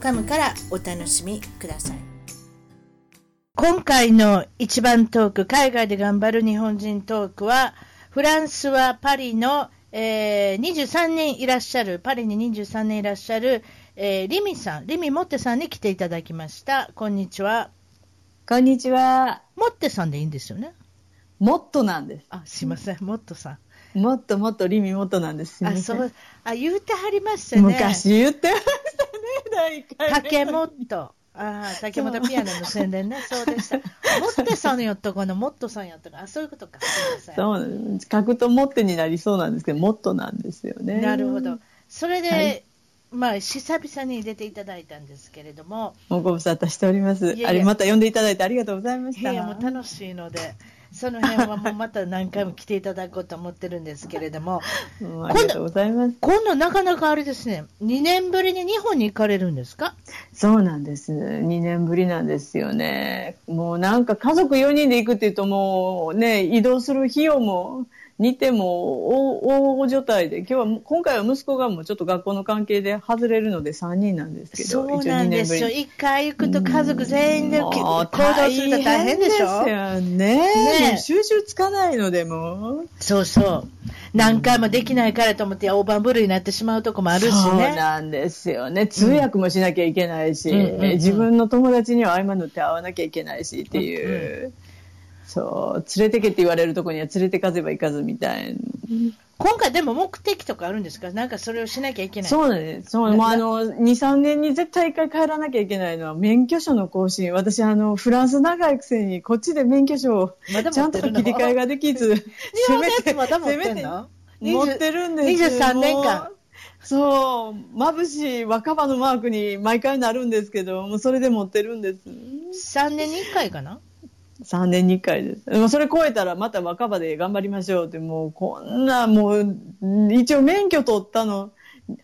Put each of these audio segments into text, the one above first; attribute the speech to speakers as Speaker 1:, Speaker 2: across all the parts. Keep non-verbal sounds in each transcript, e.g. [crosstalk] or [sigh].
Speaker 1: .com からお楽しみください今回の一番トーク海外で頑張る日本人トークはフランスはパリの、えー23年いらっしゃるパリに23年いらっしゃる、えーリミさんリミモッテさんに来ていただきましたこんにちは
Speaker 2: こんにちは。
Speaker 1: モッテさんでいいんですよね
Speaker 2: もっとなんです。
Speaker 1: あすいませんモッテさん
Speaker 2: もっともっとリミもっとなんです。すいま
Speaker 1: あ
Speaker 2: せ
Speaker 1: そ
Speaker 2: ん
Speaker 1: うあ言うてはりましたね
Speaker 2: 昔言ってましたね、第一回目。
Speaker 1: 竹本。ああ、竹本ピアノの宣伝ね。そうでした。モッテさんやったかな、モットさんやったかな。あ、そういうことか。すみません。
Speaker 2: そうなんです。書くともってになりそうなんですけど、もっとなんですよね。
Speaker 1: なるほど。。それで、
Speaker 2: はい
Speaker 1: まあ、久々に出ていただいたんですけれども、
Speaker 2: もうご無沙汰しております。
Speaker 1: いえいえ
Speaker 2: あれ、また呼んでいただいてありがとうございまし
Speaker 1: 部
Speaker 2: た。
Speaker 1: 屋も楽しいので、その辺はもうまた何回も来ていただこうと思ってるんですけれども、
Speaker 2: うんありがとうございます。
Speaker 1: 今度なかなかあれですね、2年ぶりに日本に行かれるんですか
Speaker 2: そうなんです。2年ぶりなんですよね。もうなんか家族4人で行くっていうともうね、移動する費用も似ても大大所帯で、今日はもう、今回は息子がもうちょっと学校の関係で外れるので3人なんですけど、
Speaker 1: そうなんですよ。
Speaker 2: 一応
Speaker 1: 一回行くと家族全員で
Speaker 2: 二年ぶり
Speaker 1: 行
Speaker 2: も
Speaker 1: 動
Speaker 2: う
Speaker 1: すると大変でしょ
Speaker 2: 大変ですよね。
Speaker 1: ね
Speaker 2: もう収集つかないので、もう。
Speaker 1: そうそう。何回もできないからと思って、大盤振るいになってしまうとこもあるし
Speaker 2: そう
Speaker 1: ね。
Speaker 2: なんですよね。通訳もしなきゃいけないし、
Speaker 1: うんうんうん
Speaker 2: 自分の友達には合間塗って会わなきゃいけないしっていう。そう、連れてけって言われるとこには連れてかぜば行かずみたい
Speaker 1: 今回でも目的とかあるんですかなんかそれをしなきゃいけ
Speaker 2: な。
Speaker 1: ない。
Speaker 2: そうなんです。そう、
Speaker 1: な
Speaker 2: もうあの、2、3年に絶対1回帰らなきゃいけないのは免許証の更新。私、あの、フランス長いくせに、こっちで免許証を
Speaker 1: まだ
Speaker 2: ちゃ
Speaker 1: 持っ
Speaker 2: んと
Speaker 1: てるの
Speaker 2: 切り替えができず、
Speaker 1: 日
Speaker 2: [laughs] せ
Speaker 1: 本の
Speaker 2: め
Speaker 1: や
Speaker 2: て、
Speaker 1: つまだ持っ
Speaker 2: せ
Speaker 1: て
Speaker 2: め
Speaker 1: ん
Speaker 2: て
Speaker 1: の
Speaker 2: 持ってるんです
Speaker 1: 23年間
Speaker 2: もうそう、まぶしい若葉のマークに毎回なるんですけど、もうそれで持ってるんです。
Speaker 1: ?3 年に1回かな
Speaker 2: 3年に1回です。でもそれ超えたらまた若葉で頑張りましょうって、もうこんな、もう、一応免許取ったの、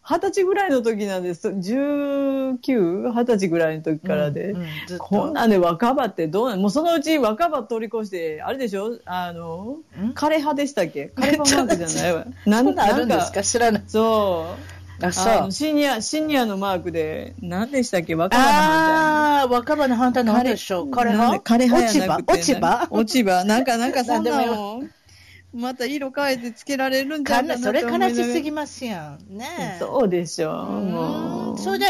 Speaker 2: 二十歳ぐらいの時なんです。19、二十歳ぐらいの時からで。
Speaker 1: うんうんずっと
Speaker 2: こんなんで若葉ってどうなんもうそのうち若葉通り越して、あれでしょあの
Speaker 1: ん、
Speaker 2: 枯れ葉でしたっけ枯れ
Speaker 1: [laughs]
Speaker 2: 葉マークじゃないわ。な
Speaker 1: そんなんあるんです
Speaker 2: な
Speaker 1: か知らない。
Speaker 2: そう。
Speaker 1: あ、
Speaker 2: あ
Speaker 1: そう
Speaker 2: の。シニア、シニアのマークで、何でしたっけ若葉の反
Speaker 1: ああ、若葉の反対のあるでしょう。
Speaker 2: 対。
Speaker 1: これ
Speaker 2: なん
Speaker 1: は
Speaker 2: だ枯葉
Speaker 1: 落ち
Speaker 2: やな
Speaker 1: 葉
Speaker 2: くて
Speaker 1: 落ち葉
Speaker 2: 落ち葉なんか、なんかそ
Speaker 1: [laughs] な
Speaker 2: ん
Speaker 1: ん
Speaker 2: な
Speaker 1: で
Speaker 2: のまた色変えてつけられるんじ
Speaker 1: か
Speaker 2: ゃ
Speaker 1: ん
Speaker 2: な
Speaker 1: ないそれ悲しす
Speaker 2: ぎ
Speaker 1: ぎますやん。ねえ
Speaker 2: そうでしょう。も
Speaker 1: うん
Speaker 2: う。
Speaker 1: それで、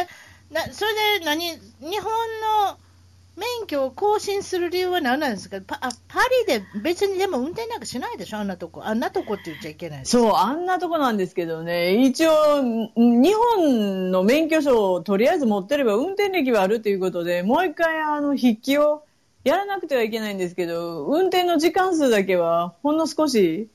Speaker 1: なそれで何、日本の免許を更新する理由は何なんですか、パあパリで別にでも運転なんかしないでしょ、あんなとこ、あんなとこって言っちゃいけないです
Speaker 2: そう、あんなとこなんですけどね、一応、ん日本の免許証をとりあえず持ってれば運転歴はあるということで、もう一回、あの、筆記をやらなくてはいけないんですけど、運転の時間数だけはほんの少し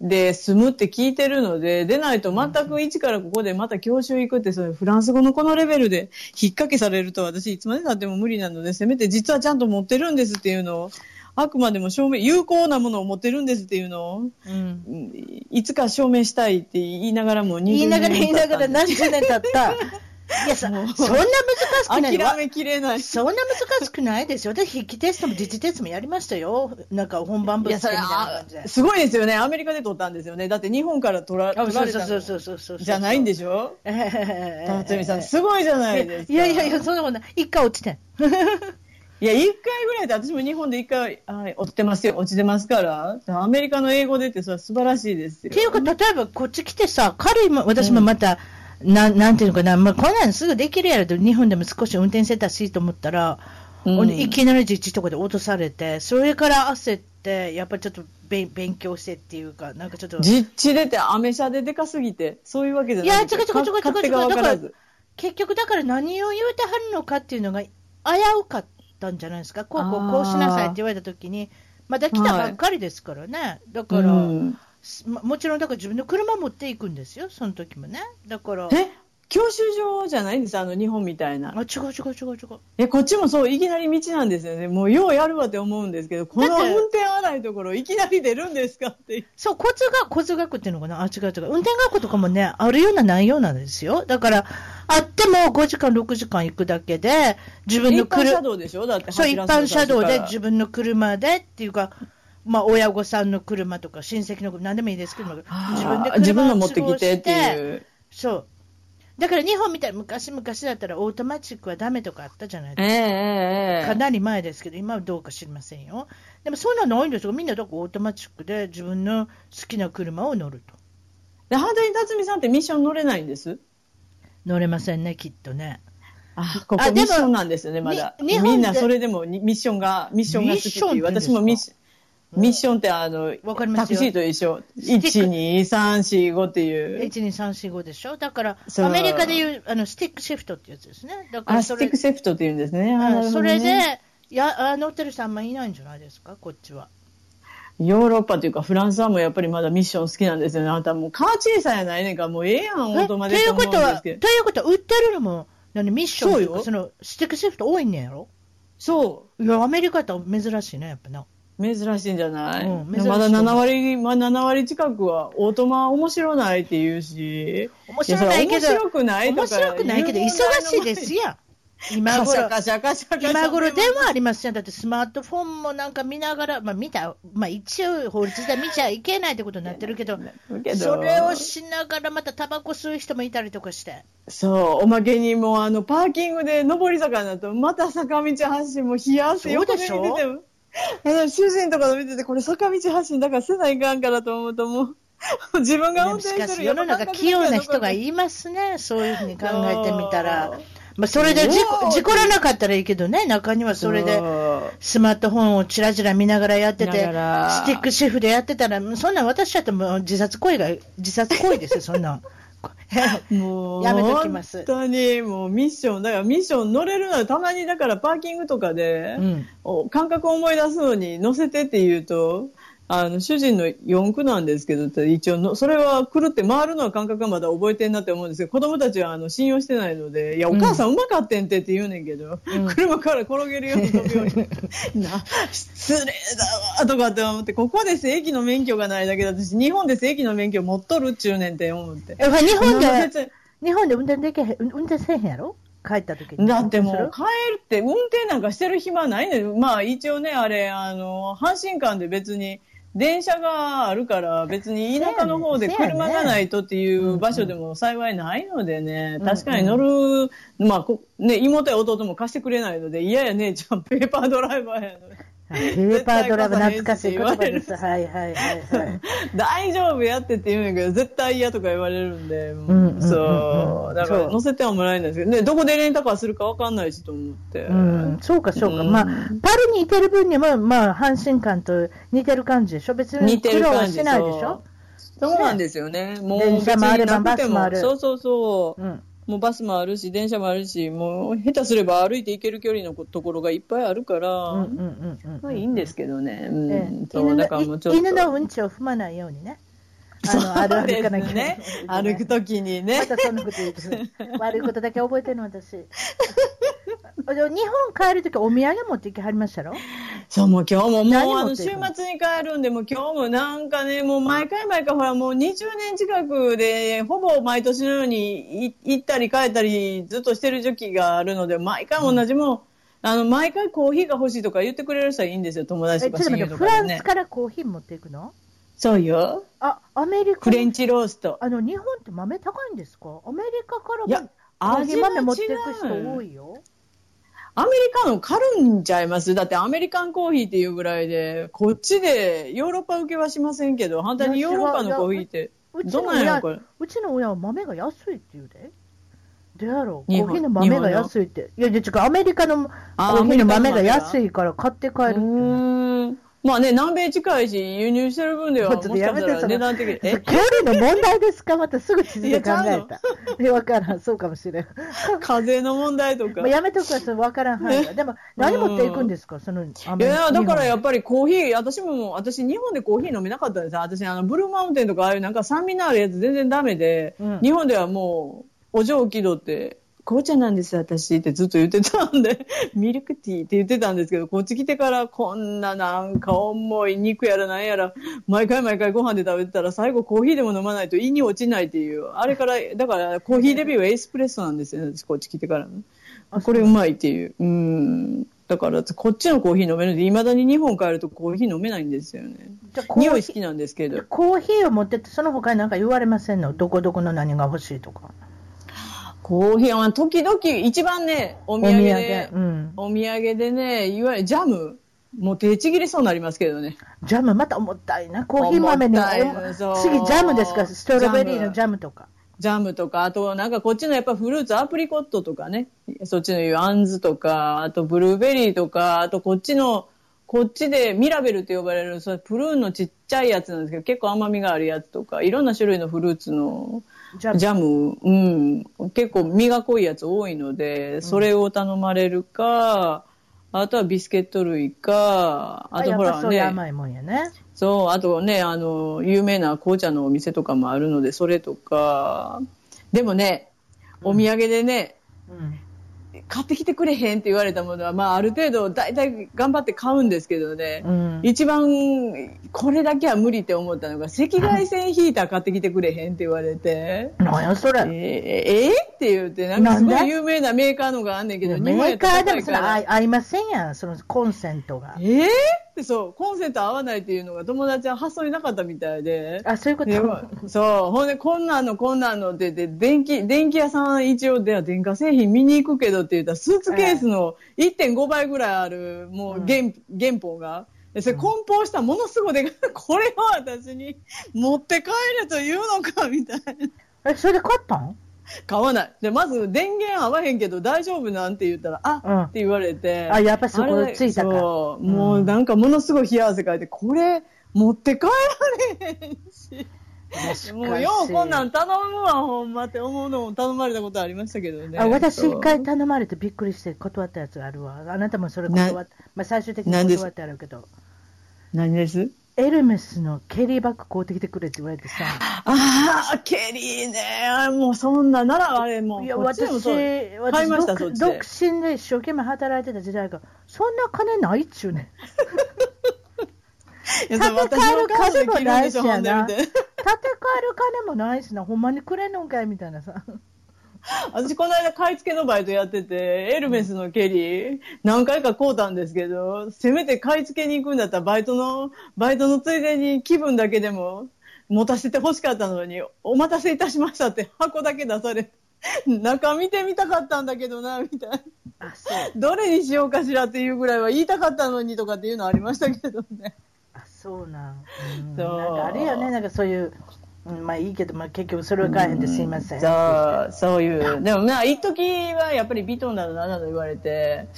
Speaker 2: で済むって聞いてるので、でないと全く一からここでまた教習行くって、それフランス語のこのレベルで引っ掛けされると私いつまでたっても無理なので、せめて実はちゃんと持ってるんですっていうのを、あくまでも証明、有効なものを持ってるんですっていうのを、
Speaker 1: うん
Speaker 2: うんいつか証明したいって言いながらも20
Speaker 1: 言いながら
Speaker 2: 年
Speaker 1: 言いながら、
Speaker 2: 経っ
Speaker 1: 何十年経
Speaker 2: [laughs]
Speaker 1: った、いやそ、そんな
Speaker 2: もう
Speaker 1: 難しく
Speaker 2: たん
Speaker 1: な
Speaker 2: で
Speaker 1: い
Speaker 2: 諦
Speaker 1: わ
Speaker 2: めきれない。
Speaker 1: そんな難しくないですよ、私、筆記テストも実地テストもやりましたよ、なんか本番
Speaker 2: い
Speaker 1: ぶ
Speaker 2: や、
Speaker 1: つ
Speaker 2: そ
Speaker 1: けみ
Speaker 2: れ
Speaker 1: たいな
Speaker 2: は
Speaker 1: 感じで、。
Speaker 2: すごいですよね。アメリカで取ったんですよね。だって日本から取ら
Speaker 1: あ
Speaker 2: 取られたの
Speaker 1: そうそうそうそうそうそう
Speaker 2: じゃないんでしょ
Speaker 1: えへへへへ
Speaker 2: 辰巳さん、すごいじゃないですか。
Speaker 1: いやいやいや、そんなことない、一回落ちて
Speaker 2: [laughs]
Speaker 1: ん。
Speaker 2: いや、一回ぐらいで、私も日本で一回、はい、落ちてますよ、落ちてますから。アメリカの英語でって、それは素晴らしいですよ。
Speaker 1: っていうか、例えばこっち来てさ、彼も、私もまた、なんなんていうのかな、まあ、こんなんすぐできるやろと、日本でも少し運転してたしと思ったら、
Speaker 2: うん
Speaker 1: ほんでいきなり実地とかで落とされて、それから焦って、やっぱりちょっと勉勉強してっていうか、なんかちょっと、
Speaker 2: 実地でて、アメ車ででかすぎて、そういうわけじゃ
Speaker 1: い
Speaker 2: ない
Speaker 1: や、
Speaker 2: んです
Speaker 1: ちょ
Speaker 2: よ
Speaker 1: こちょこちょこちょこち
Speaker 2: 勝手
Speaker 1: ょ
Speaker 2: が
Speaker 1: こ、
Speaker 2: 分
Speaker 1: だ
Speaker 2: か
Speaker 1: から
Speaker 2: らず。
Speaker 1: 結局、だから何を言うてはるのかっていうのが危うかったんじゃないですか、こうこうこうしなさいって言われたときに、まだ来たばっかりですからね、だから、
Speaker 2: うん
Speaker 1: まもちろんだから自分の車持っていくんですよ、その時もね。だから
Speaker 2: え教習所じゃないんです、あの日本みたいな
Speaker 1: あ、。違う違う違う違う。
Speaker 2: え、こっちもそう、いきなり道なんですよね。もうようやるわって思うんですけど、こ
Speaker 1: だ
Speaker 2: の
Speaker 1: って
Speaker 2: 運転荒いところ、いきなり出るんですかっていう。
Speaker 1: そう、交通が、交通学っていうのかなあ、違う違う。運転学校とかもね、あるようなないようなんですよ。だから、あっても5時間、6時間行くだけで、自分
Speaker 2: 一
Speaker 1: の
Speaker 2: 般
Speaker 1: 車
Speaker 2: 車道でしょだって
Speaker 1: そう、一
Speaker 2: 走らせ
Speaker 1: 般
Speaker 2: る
Speaker 1: 車道
Speaker 2: から
Speaker 1: で自分の車でっていうか、まあ、親御さんの車とか、親戚の車、何でもいいですけど、自分で
Speaker 2: あー自分
Speaker 1: 車
Speaker 2: の
Speaker 1: を
Speaker 2: 持ってきてって
Speaker 1: 都合して
Speaker 2: いう。
Speaker 1: そう。だから日本みたいに昔々だったらオートマチックはダメとかあったじゃない
Speaker 2: ええ
Speaker 1: ですか。か
Speaker 2: ええ
Speaker 1: なり前ですけど、今はどうか知りませんよ。でもそんなのないんですよ。みんなどこオートマチックで自分の好きな車を乗ると。
Speaker 2: で、反対に辰巳さんってミッション乗れないんです
Speaker 1: 乗れませんね、きっとね。
Speaker 2: あ、こ
Speaker 1: あ
Speaker 2: こ
Speaker 1: で
Speaker 2: ミ
Speaker 1: も
Speaker 2: ッションなんですよね、まだ。
Speaker 1: に日本で
Speaker 2: みんなそれでもにミッションが、ミッションが好きっていう。
Speaker 1: ミッションって
Speaker 2: 私もミッション、ミッションってあの、
Speaker 1: わかりますよ
Speaker 2: タクシーと一緒。
Speaker 1: スティッ
Speaker 2: 1、
Speaker 1: ク
Speaker 2: 2、3、4、5っていう。
Speaker 1: 12345でしょ。だから、
Speaker 2: そう
Speaker 1: アメリカでいうあのスティックシフトってやつですね。だから
Speaker 2: あ、ス
Speaker 1: そ
Speaker 2: ティ
Speaker 1: れ
Speaker 2: ックセフトって言うんですね。
Speaker 1: は
Speaker 2: あないるほ
Speaker 1: そ
Speaker 2: ど
Speaker 1: れ
Speaker 2: ね
Speaker 1: でやあ乗ってる人あんまりいないんじゃないですか、こっちは。
Speaker 2: ヨーロッパというかフランスはもうやっぱりまだミッション好きなんですよね。あんたもうカーチェイサーやないねんからもうええやん、オ
Speaker 1: え
Speaker 2: ー
Speaker 1: と
Speaker 2: トマで
Speaker 1: い
Speaker 2: と
Speaker 1: う
Speaker 2: 思う
Speaker 1: こ
Speaker 2: ん
Speaker 1: と
Speaker 2: で
Speaker 1: は、とい
Speaker 2: すけ
Speaker 1: う
Speaker 2: ど。
Speaker 1: ことは、売ってるのも、何ミッションという
Speaker 2: そうよ
Speaker 1: かそのスティックシフト多いんねやろ
Speaker 2: そ
Speaker 1: いや、アメリカと珍しいね、やっぱな。
Speaker 2: う。珍しいんじゃない、
Speaker 1: うん
Speaker 2: でもま
Speaker 1: 珍
Speaker 2: だ
Speaker 1: しいと思
Speaker 2: 7
Speaker 1: う
Speaker 2: 割、まあ、7割近くはオートマ面白ないって言うし。
Speaker 1: 面白ないけど、
Speaker 2: やそれ面白くない
Speaker 1: 面
Speaker 2: とか
Speaker 1: 白くないけど、忙しいですやん。今
Speaker 2: カシ
Speaker 1: 頃
Speaker 2: ャ、カシャカシャカシャ。
Speaker 1: 今頃電話ありますやん。だってスマートフォンもなんか見ながら、まあ見た、まあ一応法律で見ちゃいけないってことになってるけど、
Speaker 2: けど
Speaker 1: それをしながらまたタバコ吸う人もいたりとかして。
Speaker 2: そう、おまけにもうあの、パーキングで上り坂になると、また坂道発進、もう冷や汗
Speaker 1: そう
Speaker 2: 横
Speaker 1: で
Speaker 2: 目
Speaker 1: し
Speaker 2: に
Speaker 1: ょ
Speaker 2: 出ても。あの主人とかの見てて、これ坂道発進だからせないかんからと思うと、もう、 [laughs] 自分が運
Speaker 1: し
Speaker 2: 転
Speaker 1: か
Speaker 2: して
Speaker 1: し
Speaker 2: る
Speaker 1: 世の中器用な人が
Speaker 2: い。
Speaker 1: いますね。そういうふうに考えてみた
Speaker 2: そ
Speaker 1: ら
Speaker 2: う。
Speaker 1: まあそれで事
Speaker 2: そ
Speaker 1: 故
Speaker 2: う
Speaker 1: 事故らなかったらいいけどね、中にはそれで。スマートフォンをちらちら見ながらやってて、
Speaker 2: 見ながら
Speaker 1: スティックシェフでやってたら、そんなん私だってもう自殺行為が、自殺行為ですよ、そん
Speaker 2: [laughs]
Speaker 1: なん。
Speaker 2: もう、
Speaker 1: やめときます
Speaker 2: 本当に、もうミッション、だからミッション乗れるのはたまに、だからパーキングとかで、
Speaker 1: うん
Speaker 2: お感覚を思い出すのに乗せてって言うと、あの、主人の四駆なんですけど、一応の、それは狂って回るのは感覚がまだ覚えてんなって思うんですけど、子供たちはあの信用してないので、いや、お母さんうまかってんてって言うねんけど、車から転げるように飛ぶように、な、失礼だわとかって思って、ここで正規の免許がないだけだと私、日本で正規の免許持っとるっちゅうねんって思って。
Speaker 1: え日本
Speaker 2: 今の説
Speaker 1: で、日本で運転できへん、運転せえへんやろ帰った時に。
Speaker 2: だっても
Speaker 1: す
Speaker 2: う
Speaker 1: る
Speaker 2: 帰るって運転なんかしてる暇ないねんまあ一応ねあれあの阪神間で別に電車があるから別に田舎の方で
Speaker 1: せやねん
Speaker 2: 車がないとっていう場所でも幸いないのでね確かに乗るまあこね妹や弟も貸してくれないので嫌や姉ちゃんペーパードライバーやのに
Speaker 1: はいペーパードライブ
Speaker 2: 絶対
Speaker 1: 懐かしい言葉です。はいはいはいはい。
Speaker 2: [laughs] 大丈夫やってって言うんやけど絶対嫌とか言われるんで、
Speaker 1: んうんうんうん
Speaker 2: そうだから
Speaker 1: そう
Speaker 2: 乗せてはもらえないんですけど、ね、どこでレンタカーするか分かんないしと思って。
Speaker 1: うん、そうかそうか。
Speaker 2: うん
Speaker 1: まあ、パルに似てる分には、まあ、阪神感と似てる感じでしょ別に
Speaker 2: 似て
Speaker 1: 苦
Speaker 2: る
Speaker 1: 労は
Speaker 2: 感じ
Speaker 1: しないでしょ
Speaker 2: そうそうなんですよね。もう
Speaker 1: 電車もあればバスもある
Speaker 2: 別になくてもそうそうそう。
Speaker 1: うん。
Speaker 2: もうバスもあるし、電車もあるし、もう下手すれば歩いて行ける距離のこところがいっぱいあるから、
Speaker 1: うんうんうんうん。
Speaker 2: まあいいんですけどね。うん。
Speaker 1: ええ
Speaker 2: そう
Speaker 1: 犬の
Speaker 2: だからもうちょっと。
Speaker 1: い犬のうんちを踏まないようにね。あのある
Speaker 2: そう
Speaker 1: 歩
Speaker 2: です
Speaker 1: かなきゃいけない
Speaker 2: ね。 [laughs] 歩くときに
Speaker 1: ま
Speaker 2: ね。
Speaker 1: たそんなこと言うと悪いことだけ覚えてるの私。 [laughs] でも日本帰るときお土産持ってきはりましたろ
Speaker 2: そう、もう今日も
Speaker 1: 何
Speaker 2: もう
Speaker 1: 持
Speaker 2: あ
Speaker 1: っ
Speaker 2: の
Speaker 1: て
Speaker 2: 週
Speaker 1: いくの
Speaker 2: 末に帰るんで、もう今日もなんかね、もう毎回毎回ほらもう20年近くで、ほぼ毎年のようにい行ったり帰ったりずっとしてる時期があるので、毎回同じもん、あの、毎回コーヒーが欲しいとか言ってくれる人はいいんですよ、友
Speaker 1: えちょ
Speaker 2: 達
Speaker 1: っ
Speaker 2: と
Speaker 1: と待って、フ
Speaker 2: か親友とか
Speaker 1: ラ
Speaker 2: で
Speaker 1: ン
Speaker 2: ね
Speaker 1: ス。からコーヒー持っていくの
Speaker 2: そうよ。
Speaker 1: あ、アメリカ
Speaker 2: フレンチロースト。
Speaker 1: あの日本って豆高いんですかアメリカから
Speaker 2: いや
Speaker 1: もコーヒー豆持っていく
Speaker 2: 味が違う
Speaker 1: 人多いよ。
Speaker 2: アメリカの軽いんちゃいますだってアメリカンコーヒーっていうぐらいで、こっちでヨーロッパ受けはしませんけど、反対にヨーロッパのコーヒーって、
Speaker 1: うち
Speaker 2: ど
Speaker 1: の
Speaker 2: んなんや
Speaker 1: 親
Speaker 2: ろこれ。
Speaker 1: うちの親は豆が安いって言うで。でやろう、コ
Speaker 2: 日本
Speaker 1: ーヒーの豆が安いって。いや、いや違う、アメリカのコーヒーの豆が安
Speaker 2: い。
Speaker 1: いから買って帰るって
Speaker 2: うーん。まあね、南米近いし、輸入してる分では、
Speaker 1: ちょ
Speaker 2: も
Speaker 1: っと
Speaker 2: しかし
Speaker 1: や
Speaker 2: た
Speaker 1: めてそ
Speaker 2: ら
Speaker 1: の
Speaker 2: 値段的に。え、
Speaker 1: 距離の問題ですかまたすぐ地図で考えた。いや、 [laughs] わからん。そうかもしれん。
Speaker 2: 風の問題と
Speaker 1: ま
Speaker 2: か。
Speaker 1: あ、やめとくわ、それわからん範囲は。でも、何持っていくんですかその、ア
Speaker 2: い
Speaker 1: メ
Speaker 2: や、だからやっ
Speaker 1: ぱ
Speaker 2: ぱりコーヒー、私ももう、私日本でコーヒー飲めなかったんですよ。私、あの、ブルーマウンテンとか、ああいうなんか酸味のあるやつ全然ダメで、
Speaker 1: うん
Speaker 2: 日本ではもう、お嬢気取って、紅茶なんです、私ってずっと言ってたんで、 [laughs] ミルクティーって言ってたんですけど、こっち来てからこんななんか重い肉やらなんやら、毎回毎回ご飯で食べてたら、最後コーヒーでも飲まないと胃に落ちないっていう、あれから、だからコーヒーデビューはエスプレッソなんですよね、私こっち来てからね。あこれうまいっていう。うん。だから、こっちのコーヒー飲めるんで、いまだに日本帰るとコーヒー飲めないんですよね。
Speaker 1: じゃあコ
Speaker 2: 匂
Speaker 1: ー
Speaker 2: い好
Speaker 1: ヒ
Speaker 2: きなんですけど
Speaker 1: ー。コーヒーを持ってって、その他に何か言われませんのどこどこの何が欲しいとか。
Speaker 2: コーヒーは時々、一番ね、お土産で、
Speaker 1: お土産うん
Speaker 2: お土産でね、いわゆるジャム、もう手ちぎれそうになりますけどね。
Speaker 1: ジャム、また重たいな。コーヒー豆に。
Speaker 2: 重たいのそう
Speaker 1: 次、ジャムですかストロベリーのジャムとか。
Speaker 2: ジャムとか、あとなんかこっちのやっぱフルーツ、アプリコットとかね、そっちのいうアンズとか、あとブルーベリーとか、あとこっちの、こっちでミラベルって呼ばれる、それプルーンのちっちゃいやつなんですけど、結構甘みがあるやつとか、いろんな種類のフルーツの
Speaker 1: ジャム
Speaker 2: ジャム、うん、結構身が濃いやつ多いので、それを頼まれるか、あとはビスケット類か、あとほ
Speaker 1: やっぱ
Speaker 2: ら
Speaker 1: そういう
Speaker 2: ね、
Speaker 1: 甘いもんやね。
Speaker 2: そう、あとね、あの、有名な紅茶のお店とかもあるので、それとか、でもね、お土産でね、
Speaker 1: うん。
Speaker 2: 買ってきてくれへんって言われたものは、まあ、ある程度、大体頑張って買うんですけどね、
Speaker 1: うん
Speaker 2: 一番、これだけは無理って思ったのが、赤外線ヒーター買ってきてくれへんって言われて、
Speaker 1: なんやそ
Speaker 2: えー
Speaker 1: れ。
Speaker 2: えーって言って、なんかすご
Speaker 1: なん
Speaker 2: い
Speaker 1: で
Speaker 2: 有名なメーカーのがあんねんけど、
Speaker 1: メーカーでもそれ
Speaker 2: ら
Speaker 1: 合いませんやん、そのコンセントが
Speaker 2: え。ーってそう、コンセント合わないっていうのが友達は発想になかったみたいで。
Speaker 1: あ、そういうこと
Speaker 2: でもそう、ほんで、こんなんの、こんなんのって言って、電気、電気屋さん一応、では電化製品見に行くけどって言ったら、スーツケースの1.5倍ぐらいある、もう原、原本が。でそれ梱包したものすごいでかい、 [laughs] これを私に持って帰れと言うのか、みたいな。
Speaker 1: え、それで買ったん
Speaker 2: 買わない。で、まず電源合わへんけど大丈夫なんて言ったら、あ、
Speaker 1: うん
Speaker 2: って言われて。
Speaker 1: あやっぱそこ
Speaker 2: あれ
Speaker 1: ついたか
Speaker 2: そう。
Speaker 1: うん
Speaker 2: もうなんかものすごい冷や汗かいて、これ持って帰られへんし。もうようこんなん頼むわ、ほんまって思うのも頼まれたことありましたけどね。
Speaker 1: あ私、
Speaker 2: そう
Speaker 1: 一回頼まれてびっくりして断ったやつがあるわ。あなたもそれ断っまあ、最終的に
Speaker 2: 何です
Speaker 1: 断ってやるけど、
Speaker 2: 何です
Speaker 1: エルメスのキャリーバッグ買うてきてくれって言われてさ、
Speaker 2: ああ、ケリーね。もうそんななら、あれもう。
Speaker 1: いや
Speaker 2: こっち
Speaker 1: 私
Speaker 2: でもそう買い
Speaker 1: 私
Speaker 2: ました、そっ
Speaker 1: 独
Speaker 2: ち
Speaker 1: 独
Speaker 2: で。
Speaker 1: 身で一生懸命働いてた時代が、そんな金ないっちゅうね
Speaker 2: いや
Speaker 1: 建
Speaker 2: そ
Speaker 1: て替
Speaker 2: う私
Speaker 1: える
Speaker 2: のカード
Speaker 1: 金
Speaker 2: で
Speaker 1: も
Speaker 2: 切るん
Speaker 1: な
Speaker 2: で
Speaker 1: いし
Speaker 2: しょ、
Speaker 1: や
Speaker 2: ほんで
Speaker 1: な、
Speaker 2: 見
Speaker 1: 建て
Speaker 2: て
Speaker 1: 替。える金もないしな、ほんまにくれんのんかいみたいな
Speaker 2: [laughs]
Speaker 1: さ。
Speaker 2: 私、この間、買い付けのバイトやってて、エルメスのケリー、何回か買うたんですけど、せめて買い付けに行くんだったら、バイトの、バイトのついでに気分だけでも持たせて欲しかったのに、お待たせいたしましたって箱だけ出され、中見てみたかったんだけどな、みたいな。
Speaker 1: あそう
Speaker 2: どれにしようかしらっていうぐらいは言いたかったのにとかっていうのありましたけどね。
Speaker 1: あそうなん、うん
Speaker 2: そう
Speaker 1: なんかあれよね、なんかそういう、うん、まあいいけど、まあ、結局それは買えへんですいません。
Speaker 2: そう、そういう。でもまあ、一時はやっぱりビトンだのなんだの言われて、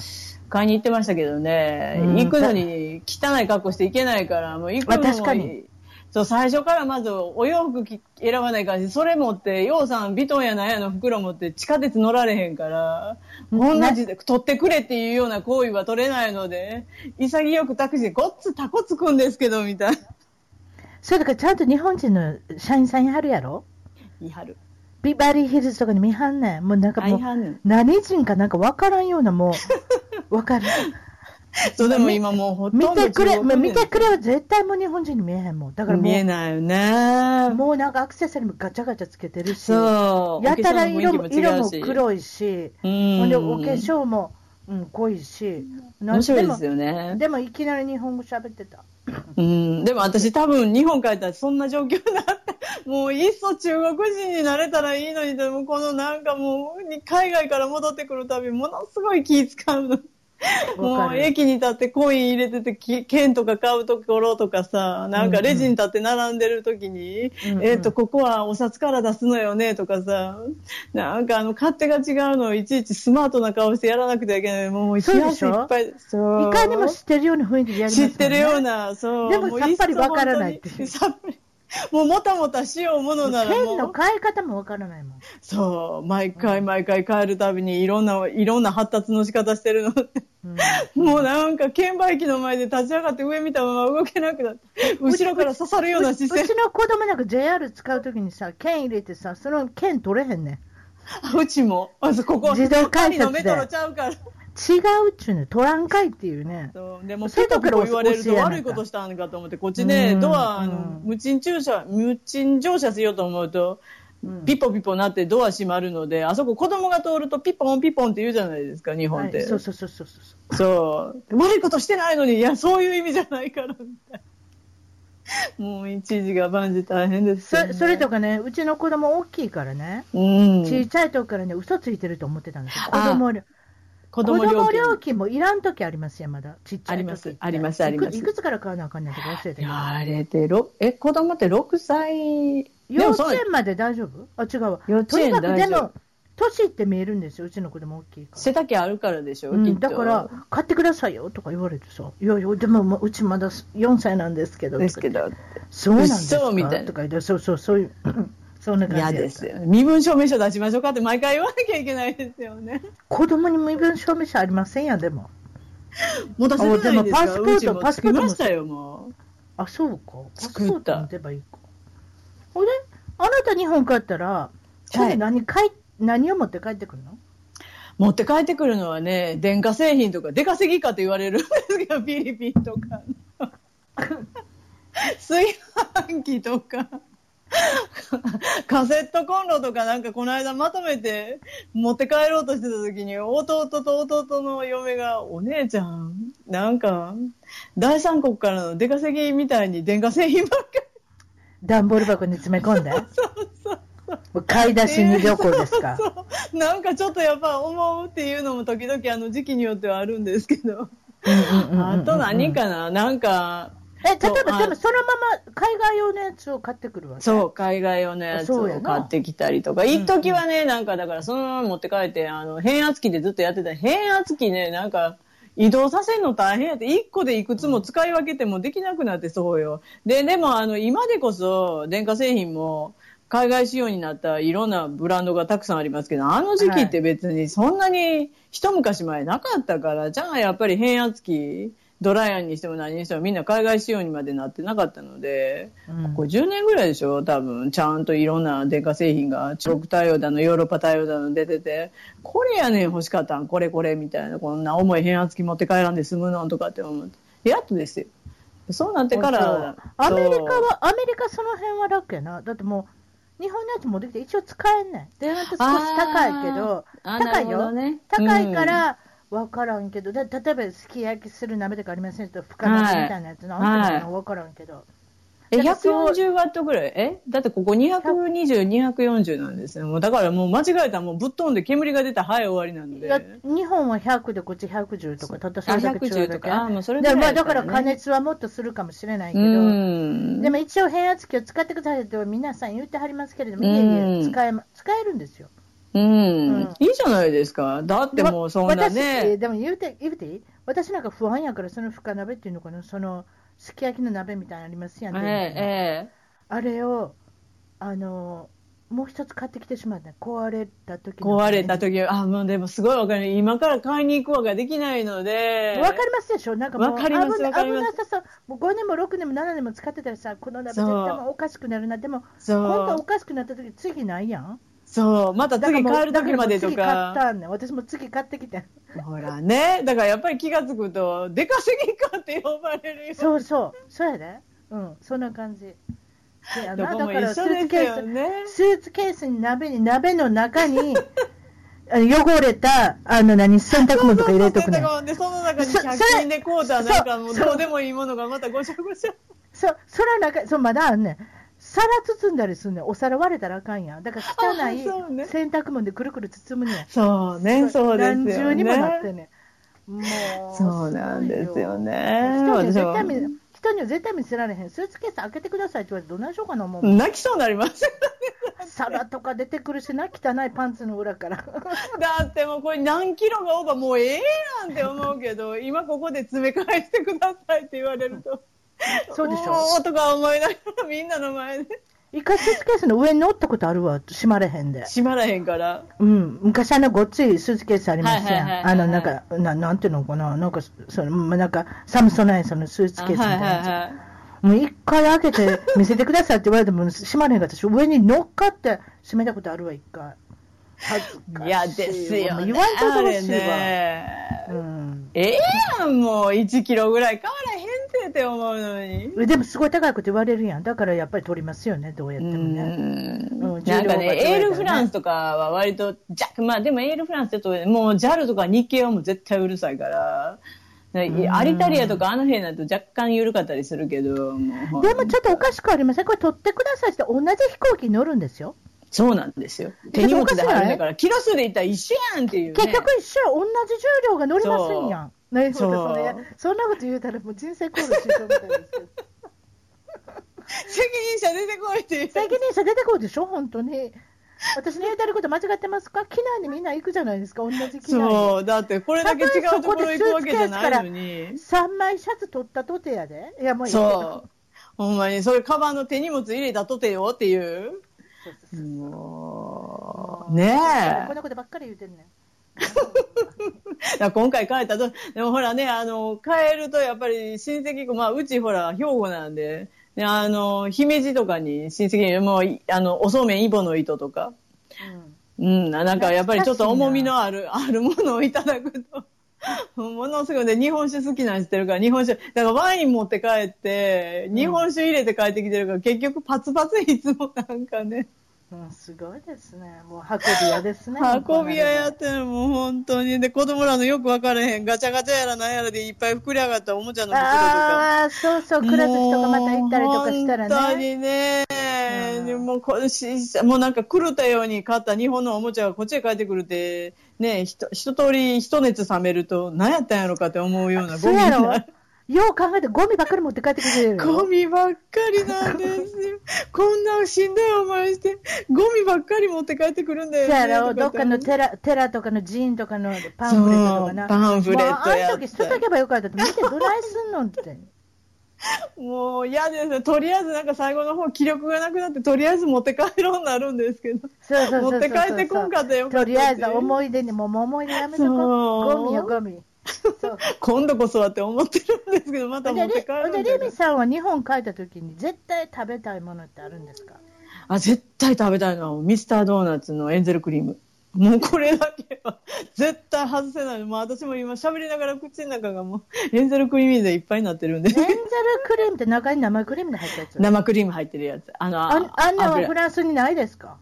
Speaker 2: 買いに行ってましたけどね、
Speaker 1: うん
Speaker 2: 行くのに汚い格好していけないから、もう行くのも、
Speaker 1: まあ確かに
Speaker 2: そう、最初からまずお洋服き選ばないからし、それ持って、ようさん、ビトンやなんやの袋持って地下鉄乗られへんから、同じで取ってくれっていうような行為は取れないので、潔くタクシーでごっつタコつくんですけど、みたいな。
Speaker 1: それだからちゃんと日本人の社員さんにあるやろ
Speaker 2: 言いはる。
Speaker 1: ビバリーヒルズとかに見はんねん。もうなんか
Speaker 2: あ、
Speaker 1: も
Speaker 2: 言
Speaker 1: う
Speaker 2: い、はんねん。
Speaker 1: 何人かなんかわからんようなもう、
Speaker 2: [laughs]
Speaker 1: わかる。
Speaker 2: そう、でも今もうほとん
Speaker 1: 見
Speaker 2: ど
Speaker 1: てくれ、
Speaker 2: 中国人
Speaker 1: 見てくれは絶対もう日本人に見えへんもん。だからも
Speaker 2: 見え
Speaker 1: う、
Speaker 2: ないよね。
Speaker 1: もうなんかアクセサリーもガチャガチャつけてるし、
Speaker 2: そう。
Speaker 1: やたら色も
Speaker 2: お化
Speaker 1: 色も
Speaker 2: 粧雰囲気違うし
Speaker 1: 黒いし、
Speaker 2: うん
Speaker 1: ほんでお化粧も、うん、濃いし、
Speaker 2: 面白いです
Speaker 1: で
Speaker 2: よ
Speaker 1: も
Speaker 2: ね。
Speaker 1: でもいきなり日本語喋ってた。
Speaker 2: うん。でも私多分日本帰ったらそんな状況になって、もういっそ中国人になれたらいいのに、でもこのなんかもう、海外から戻ってくるたび、ものすごい気使うの。も
Speaker 1: わか
Speaker 2: う
Speaker 1: る
Speaker 2: 駅に立ってコイン入れててき、券とか買うところとかさ、なんかレジに立って並んでる時に、
Speaker 1: うんうん
Speaker 2: えっ、と、ここはお札から出すのよねとかさ、なんかあの、勝手が違うのをいちいちスマートな顔してやらなくてはいけない。もう、
Speaker 1: そうでしょ
Speaker 2: 冷や汗いっぱい。そう
Speaker 1: いかにも知ってるような雰囲気でやります
Speaker 2: 知
Speaker 1: もん
Speaker 2: っ
Speaker 1: ね。
Speaker 2: てるような、そう。
Speaker 1: でも
Speaker 2: もう
Speaker 1: さっぱりわからないっていう
Speaker 2: っそ本当にさっぱり [laughs] もうもたもたしようものならも
Speaker 1: 剣の
Speaker 2: う、
Speaker 1: 変え方もわからないもん。
Speaker 2: そう、毎回毎回帰るたびにいろんな、いろんな発達の仕方してる
Speaker 1: [laughs]
Speaker 2: の。
Speaker 1: うん
Speaker 2: もうなんか券売機の前で立ち上がって上見たまま動けなくなって、後ろから刺さるような
Speaker 1: うち
Speaker 2: 視線。
Speaker 1: の子供なんか JR 使うときにさ、券入れてさ、その券取れへんねん。
Speaker 2: うちも。あそうここ、
Speaker 1: 自動改札で
Speaker 2: パリのメトロちゃうから。
Speaker 1: 違うっちゅうね、取らんかいっていうね。
Speaker 2: そうでも、
Speaker 1: そうい
Speaker 2: せ
Speaker 1: うと
Speaker 2: っか
Speaker 1: こから
Speaker 2: く言われる
Speaker 1: 教え
Speaker 2: と
Speaker 1: やな
Speaker 2: 悪いことしたんかと思って、こっちね、
Speaker 1: うん
Speaker 2: ドア、あの
Speaker 1: うん
Speaker 2: 無賃駐車、無賃乗車しようと思うと、ピッポピッポなってドア閉まるので、あそこ子供が通るとピッポンピッポンって言うじゃないですか、日本
Speaker 1: は
Speaker 2: っ
Speaker 1: い
Speaker 2: て。
Speaker 1: そうそうそうそうそう。
Speaker 2: そう。悪いことしてないのに、いや、そういう意味じゃないから、みたいな。もう、一時が万事大変ですよね、
Speaker 1: そそれとかね、うちの子供大きいからね、
Speaker 2: うん。
Speaker 1: 小さい時からね、嘘ついてると思ってたんですよ。子供料
Speaker 2: 子
Speaker 1: 子供
Speaker 2: 供料金。
Speaker 1: 料金もいらん時ありますよ、まだ。ちっちゃい時って
Speaker 2: ありますありますあります
Speaker 1: いくいくつから買わなあかんねんとか忘れて
Speaker 2: い
Speaker 1: る。
Speaker 2: や、あれで、ろえ、子供って6歳。
Speaker 1: 幼
Speaker 2: そ
Speaker 1: 稚
Speaker 2: う
Speaker 1: 園まで大丈夫あ、違うわ。
Speaker 2: 幼
Speaker 1: と
Speaker 2: 稚
Speaker 1: に
Speaker 2: 園
Speaker 1: かく
Speaker 2: 大
Speaker 1: で
Speaker 2: 丈夫
Speaker 1: も。、年って見えるんですよ、うちの子供大きいから。
Speaker 2: 背丈あるからでしょ、
Speaker 1: う
Speaker 2: きっ
Speaker 1: ん、
Speaker 2: と
Speaker 1: だから、買ってくださいよとか言われてさ、いやいや、でももううちまだ4歳なんですけど、
Speaker 2: ですけど。
Speaker 1: そうなんですか
Speaker 2: 嘘みたいな
Speaker 1: とか言って、そうそう、そういう、そんな感じや
Speaker 2: 嫌
Speaker 1: った
Speaker 2: ですよ。身分証明書出しましょうかって毎回言わなきゃいけないですよね。
Speaker 1: 子供に身分証明書ありませんやん、でも。
Speaker 2: もう出せないですか
Speaker 1: あでもパスポート
Speaker 2: うちも
Speaker 1: パスポートも
Speaker 2: 作りましたよ、も
Speaker 1: あ、そうか。パスポ
Speaker 2: 作った
Speaker 1: ート持てばいいか。ほれ、あなた日本帰ったら、今度何かい、何を持って帰ってくるの
Speaker 2: う。持って帰ってくるのはね、電化製品とか、出稼ぎかって言われるんですけど、フ [laughs] ィリピンとか。 [laughs] 炊飯器とか。 [laughs] カセットコンロとかなんかこの間まとめて持って帰ろうとしてた時に弟と弟の嫁がお姉ちゃんなんか第三国からの出稼ぎみたいに電化製品ばっかり
Speaker 1: 段ボール箱に詰め込ん
Speaker 2: [laughs]
Speaker 1: で。もう買い出しに旅行です
Speaker 2: [laughs]
Speaker 1: か。
Speaker 2: なんかちょっとやっぱ思うっていうのも時々あの時期によってはあるんですけど。あと何かななんか、
Speaker 1: え、例え
Speaker 2: そ
Speaker 1: ば、
Speaker 2: う
Speaker 1: でもそのまま海外用のやつを買ってくるわけ。
Speaker 2: そう、海外用のやつ
Speaker 1: そうや
Speaker 2: を
Speaker 1: な
Speaker 2: 買ってきたりとか、一時はね、なんかだからそのまま持って帰って、あの、変圧器でずっとやってた。変圧器ね、なんか、移動させるの大変やって、一個でいくつも使い分けてもできなくなってそうよ。で、でもあの、今でこそ電化製品も、海外仕様になったいろんなブランドがたくさんありますけど、あの時期って別にそんなに一昔前なかったから、じゃあやっぱり変圧器、ドライヤーにしても何にしてもみんな海外仕様にまでなってなかったので、
Speaker 1: うん
Speaker 2: ここ10年ぐらいでしょ多分、ちゃんといろんな電化製品が中国対応だの、ヨーロッパ対応だの出てて、これやねん欲しかったん、これこれみたいな、こんな重い変圧器持って帰らんで済むのとかって思って、やっとですよ。そうなってから、
Speaker 1: アメリカ
Speaker 2: そう
Speaker 1: は、アメリカその辺は楽やな。だってもう、日本のやつもできて一応使えんねん。電話って少し高いけど、
Speaker 2: あー
Speaker 1: 高い
Speaker 2: なるほ
Speaker 1: よ。
Speaker 2: どね
Speaker 1: 高いから、わからんけど、で例えばすき焼きする鍋とかありませんと、深鍋みたいなやつの、
Speaker 2: はい
Speaker 1: あんたのわからんけど。
Speaker 2: え、
Speaker 1: なんかそう
Speaker 2: 140ワットぐらいえだってここ220、240なんですね。もうだからもう間違えたらもうぶっ飛んで煙が出たらはい終わりなん
Speaker 1: だ
Speaker 2: で。
Speaker 1: 日本は100でこっち110とか、たったそ
Speaker 2: あ、
Speaker 1: れだけ違う
Speaker 2: 110
Speaker 1: だ
Speaker 2: と
Speaker 1: け。
Speaker 2: か。あ、もうそれぐ
Speaker 1: でま
Speaker 2: ら
Speaker 1: あ
Speaker 2: い
Speaker 1: だ
Speaker 2: や
Speaker 1: から加
Speaker 2: ね
Speaker 1: 熱はもっとするかもしれないけ
Speaker 2: う
Speaker 1: ど、
Speaker 2: ん。
Speaker 1: でも一応変圧器を使ってくださいと皆さん言ってはりますけれども、
Speaker 2: うん
Speaker 1: いえいえ使えま、使えるんですよ。
Speaker 2: うん、
Speaker 1: うん
Speaker 2: いいじゃないですか。だってもうそんなね
Speaker 1: 私、。でも言うて、言うていい私なんか不安やから、その深鍋っていうのかな、その、すき焼きの鍋みたいなのありますやん、
Speaker 2: えええ
Speaker 1: あれを、あの、もう一つ買ってきてしまった。壊れた時
Speaker 2: え
Speaker 1: の
Speaker 2: 壊れた時は、あ、もうでもすごいわかる。今から買いに行くわができないので。
Speaker 1: わかりますでしょなんかもう
Speaker 2: わ
Speaker 1: 危
Speaker 2: かります
Speaker 1: な
Speaker 2: わかり
Speaker 1: 危
Speaker 2: ます
Speaker 1: なさそう。もう5年も6年も7年も使ってたらさ、この鍋絶対もうおかしくなるな。でも、今
Speaker 2: そ
Speaker 1: 度お
Speaker 2: う。
Speaker 1: かしくなった時次ないやん。
Speaker 2: そう。また次
Speaker 1: も
Speaker 2: 買
Speaker 1: う
Speaker 2: える時まで
Speaker 1: だらもう
Speaker 2: と
Speaker 1: 次買っ
Speaker 2: か。
Speaker 1: たんねん。私も次買ってきて。
Speaker 2: ほらね。だからやっぱり気がつくと、出稼ぎかって呼ばれるよ。
Speaker 1: そうそう、そうやで。うん、そんな感じ。せや
Speaker 2: ど
Speaker 1: な
Speaker 2: こ
Speaker 1: だ
Speaker 2: も
Speaker 1: か
Speaker 2: 一
Speaker 1: らス
Speaker 2: 緒
Speaker 1: ーツ
Speaker 2: です
Speaker 1: ケ
Speaker 2: よ
Speaker 1: ー
Speaker 2: ね。
Speaker 1: ス、スーツケースに鍋に、鍋の中に、 [laughs] あの汚れた、あの何、洗濯物とか入れとくねん。
Speaker 2: で、その中に
Speaker 1: そ
Speaker 2: 100
Speaker 1: それ
Speaker 2: 均でこうだなんかもう
Speaker 1: そう
Speaker 2: どうでもいいものがまたごちゃごちゃ。
Speaker 1: そ、その中、そう、まだあんねん。皿包んだりすんねん。お皿割れたらあかんやん。だから汚い
Speaker 2: あそうね
Speaker 1: 洗濯物でくるくる包むねん。
Speaker 2: そうね、そうですよ
Speaker 1: 何重
Speaker 2: ね。
Speaker 1: にもなってんねん。もう、
Speaker 2: そうなんですよね。
Speaker 1: すごいよ。人には
Speaker 2: 私
Speaker 1: 絶
Speaker 2: も
Speaker 1: 対見人には絶対見せられへん。スーツケース開けてくださいって言われてどないしようかな、もう。
Speaker 2: 泣きそうになります。 [laughs]
Speaker 1: 皿とか出てくるしな、汚いパンツの裏から。 [laughs]
Speaker 2: だってもうこれ何キロがオーバーもうええやんって思うけど、今ここで詰め返してくださいって言われると。
Speaker 1: そうでし
Speaker 2: お
Speaker 1: ょ。
Speaker 2: ーとか思いながらみんなの前で。
Speaker 1: 一回スーツケースの上に乗ったことあるわ、閉まれへんで。
Speaker 2: 閉まらへんから。
Speaker 1: うん、昔あのごっついスーツケースありますや
Speaker 2: はいはい
Speaker 1: ん。
Speaker 2: は
Speaker 1: あ
Speaker 2: いは
Speaker 1: の、
Speaker 2: い
Speaker 1: なんか、ななんていうのかな、なんか、その、まなんか、サムソナイそのスーツケースみたいなやつ。
Speaker 2: い。
Speaker 1: もう一回開けて見せてくださいって言われても閉まれへんかったし、上に乗っかって閉めたことあるわ、一回。恥ずかしいわ。
Speaker 2: いや、ですよ、ね。
Speaker 1: 言わんと
Speaker 2: あ
Speaker 1: 楽
Speaker 2: れ
Speaker 1: しいわ。
Speaker 2: ね。
Speaker 1: うん
Speaker 2: ええやん、もう1キロぐらい変わらへんてって思うのに。
Speaker 1: でもすごい高いこと言われるやん。だからやっぱり取りますよね、どうやっ
Speaker 2: う
Speaker 1: てもね。
Speaker 2: ん
Speaker 1: うん
Speaker 2: な
Speaker 1: 重量が違
Speaker 2: んかね、
Speaker 1: うからね
Speaker 2: エールフランスとかは割と、ジャック、まあでもエールフランスってと、もう JAL とか日系はもう絶対うるさいから、
Speaker 1: ん
Speaker 2: アリタリアとかあの辺だと若干緩かったりするけど、もう
Speaker 1: でもちょっとおかしくありませんこれ取ってくださいって同じ飛行機に乗るんですよ。
Speaker 2: そうなんですよ。手荷物で入
Speaker 1: で
Speaker 2: るんだ
Speaker 1: もおかしく
Speaker 2: から、キロ数で言ったら一緒やんっていう、ね。
Speaker 1: 結局一緒や同じ重量が乗りますんやん。なる
Speaker 2: そう
Speaker 1: それそんなこと言うたらもう人生コールしそうみたいですけど。
Speaker 2: 責任者出てこいっていう。
Speaker 1: 責任者出てこるでしょ、本当に。私の言うてること間違ってますか機内にみんな行くじゃないですか、同じ機内
Speaker 2: そう、だってこれだけ違うところ行くわけじゃないのに
Speaker 1: に。。3枚シャツ取ったとてやで。いや、もういいけど
Speaker 2: そう。ほんまに、それカバンの手荷物入れたとてよっていう。
Speaker 1: そうそうそう
Speaker 2: も
Speaker 1: こ
Speaker 2: う、
Speaker 1: ん
Speaker 2: ね
Speaker 1: なことばっかり言うてんねん。
Speaker 2: え。だから今回帰ったと、でもほらね、あの、帰るとやっぱり親戚、まあ、うちほら、兵庫なんで、ねあの、姫路とかに親戚に、もう、いあの、おそうめんイボの糸とか、
Speaker 1: うん
Speaker 2: うん、ななんかやっぱりちょっと重みのある、 [laughs] あるものをいただくと。 [laughs] ものすごいね、日本酒好きなんしてるから、日本酒、だからワイン持って帰って、日本酒入れて帰ってきてるから、結局パツパツいつもなんかね、
Speaker 1: うん、すごいですね。もう運び屋ですね。
Speaker 2: 運び屋やってるもう本当に。で、子供らのよく分からへん、ガチャガチャやらなんやらでいっぱい膨れ上がったおもちゃの袋とか。
Speaker 1: ああ、そうそう、くら寿司とかまた行ったりとかした
Speaker 2: も
Speaker 1: ら
Speaker 2: う本当
Speaker 1: ね。
Speaker 2: にね。で
Speaker 1: うん
Speaker 2: もうこしもうなんか狂ったように買った日本のおもちゃがこっちへ帰ってくるって、ね、ひと一通り一熱冷めると何やったんやろかって思うような
Speaker 1: そ
Speaker 2: ゴ
Speaker 1: う
Speaker 2: ミ
Speaker 1: や
Speaker 2: な
Speaker 1: ろよう考えてゴミばっかり持って帰ってくれるよ。
Speaker 2: ゴミばっかりなんですよ。こんなしんどい思いして、ゴミばっかり持って帰ってくるんだよ
Speaker 1: そ
Speaker 2: ね。
Speaker 1: やろ、
Speaker 2: と
Speaker 1: どっ
Speaker 2: って
Speaker 1: かの寺寺とかの寺院とかのパンフレットとかな。
Speaker 2: そうパンフレットや
Speaker 1: もうあ
Speaker 2: った
Speaker 1: あいう時捨てとけばよかったって、見てどないすんのって。
Speaker 2: もう嫌ですね。とりあえずなんか最後の方気力がなくなって、とりあえず持って帰ろうになるんですけど。
Speaker 1: そうそうそうそうそう。
Speaker 2: 持って帰ってこんかったらよかった
Speaker 1: と
Speaker 2: っていう
Speaker 1: りあえず思い出に、もう思い出やめとこ。
Speaker 2: そうう
Speaker 1: ゴミよ、ゴミ。そう。
Speaker 2: 今度こそはって思ってるんですけど、また持って
Speaker 1: で
Speaker 2: 帰るんだ
Speaker 1: で、
Speaker 2: よ
Speaker 1: レミさんは日本帰った時に絶対食べたいものってあるんですか
Speaker 2: あ、絶対食べたいのは、ミスタードーナツのエンゼルクリーム。もうこれだけは、絶対外せない。もう私も今喋りながら口の中がもう、エンゼルクリームでいっぱいになってるんで
Speaker 1: エン。ゼルクリームって中に生クリームが入ったやつ。
Speaker 2: 生クリーム入ってるやつ。あの、
Speaker 1: ああんなは
Speaker 2: 油
Speaker 1: フランスにないですか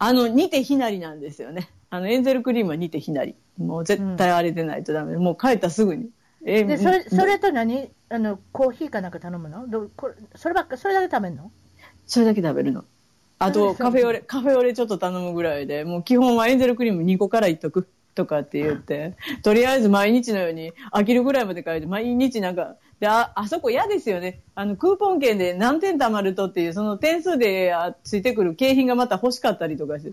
Speaker 2: あの、煮てひなりなんですよね。あの、エンゼルクリームは煮てひなり。もう絶対あれでないとダメ。もう帰ったらすぐに。え
Speaker 1: で、それ、それと何あの、コーヒーかなんか頼むのどうこれそればっか、それだけ食べんの
Speaker 2: それだけ食べるの。あ
Speaker 1: そうで
Speaker 2: と、
Speaker 1: すよ
Speaker 2: カフェオレ、カフェオレちょっと頼むぐらいで、もう基本はエンゼルクリーム2個からいっとくとかって言
Speaker 1: [laughs]
Speaker 2: って、とりあえず毎日のように飽きるぐらいまで書いて、毎日なんか、で、あ、あそこ嫌ですよね。あの、クーポン券で何点貯まるとっていう、その点数であついてくる景品がまた欲しかったりとかして。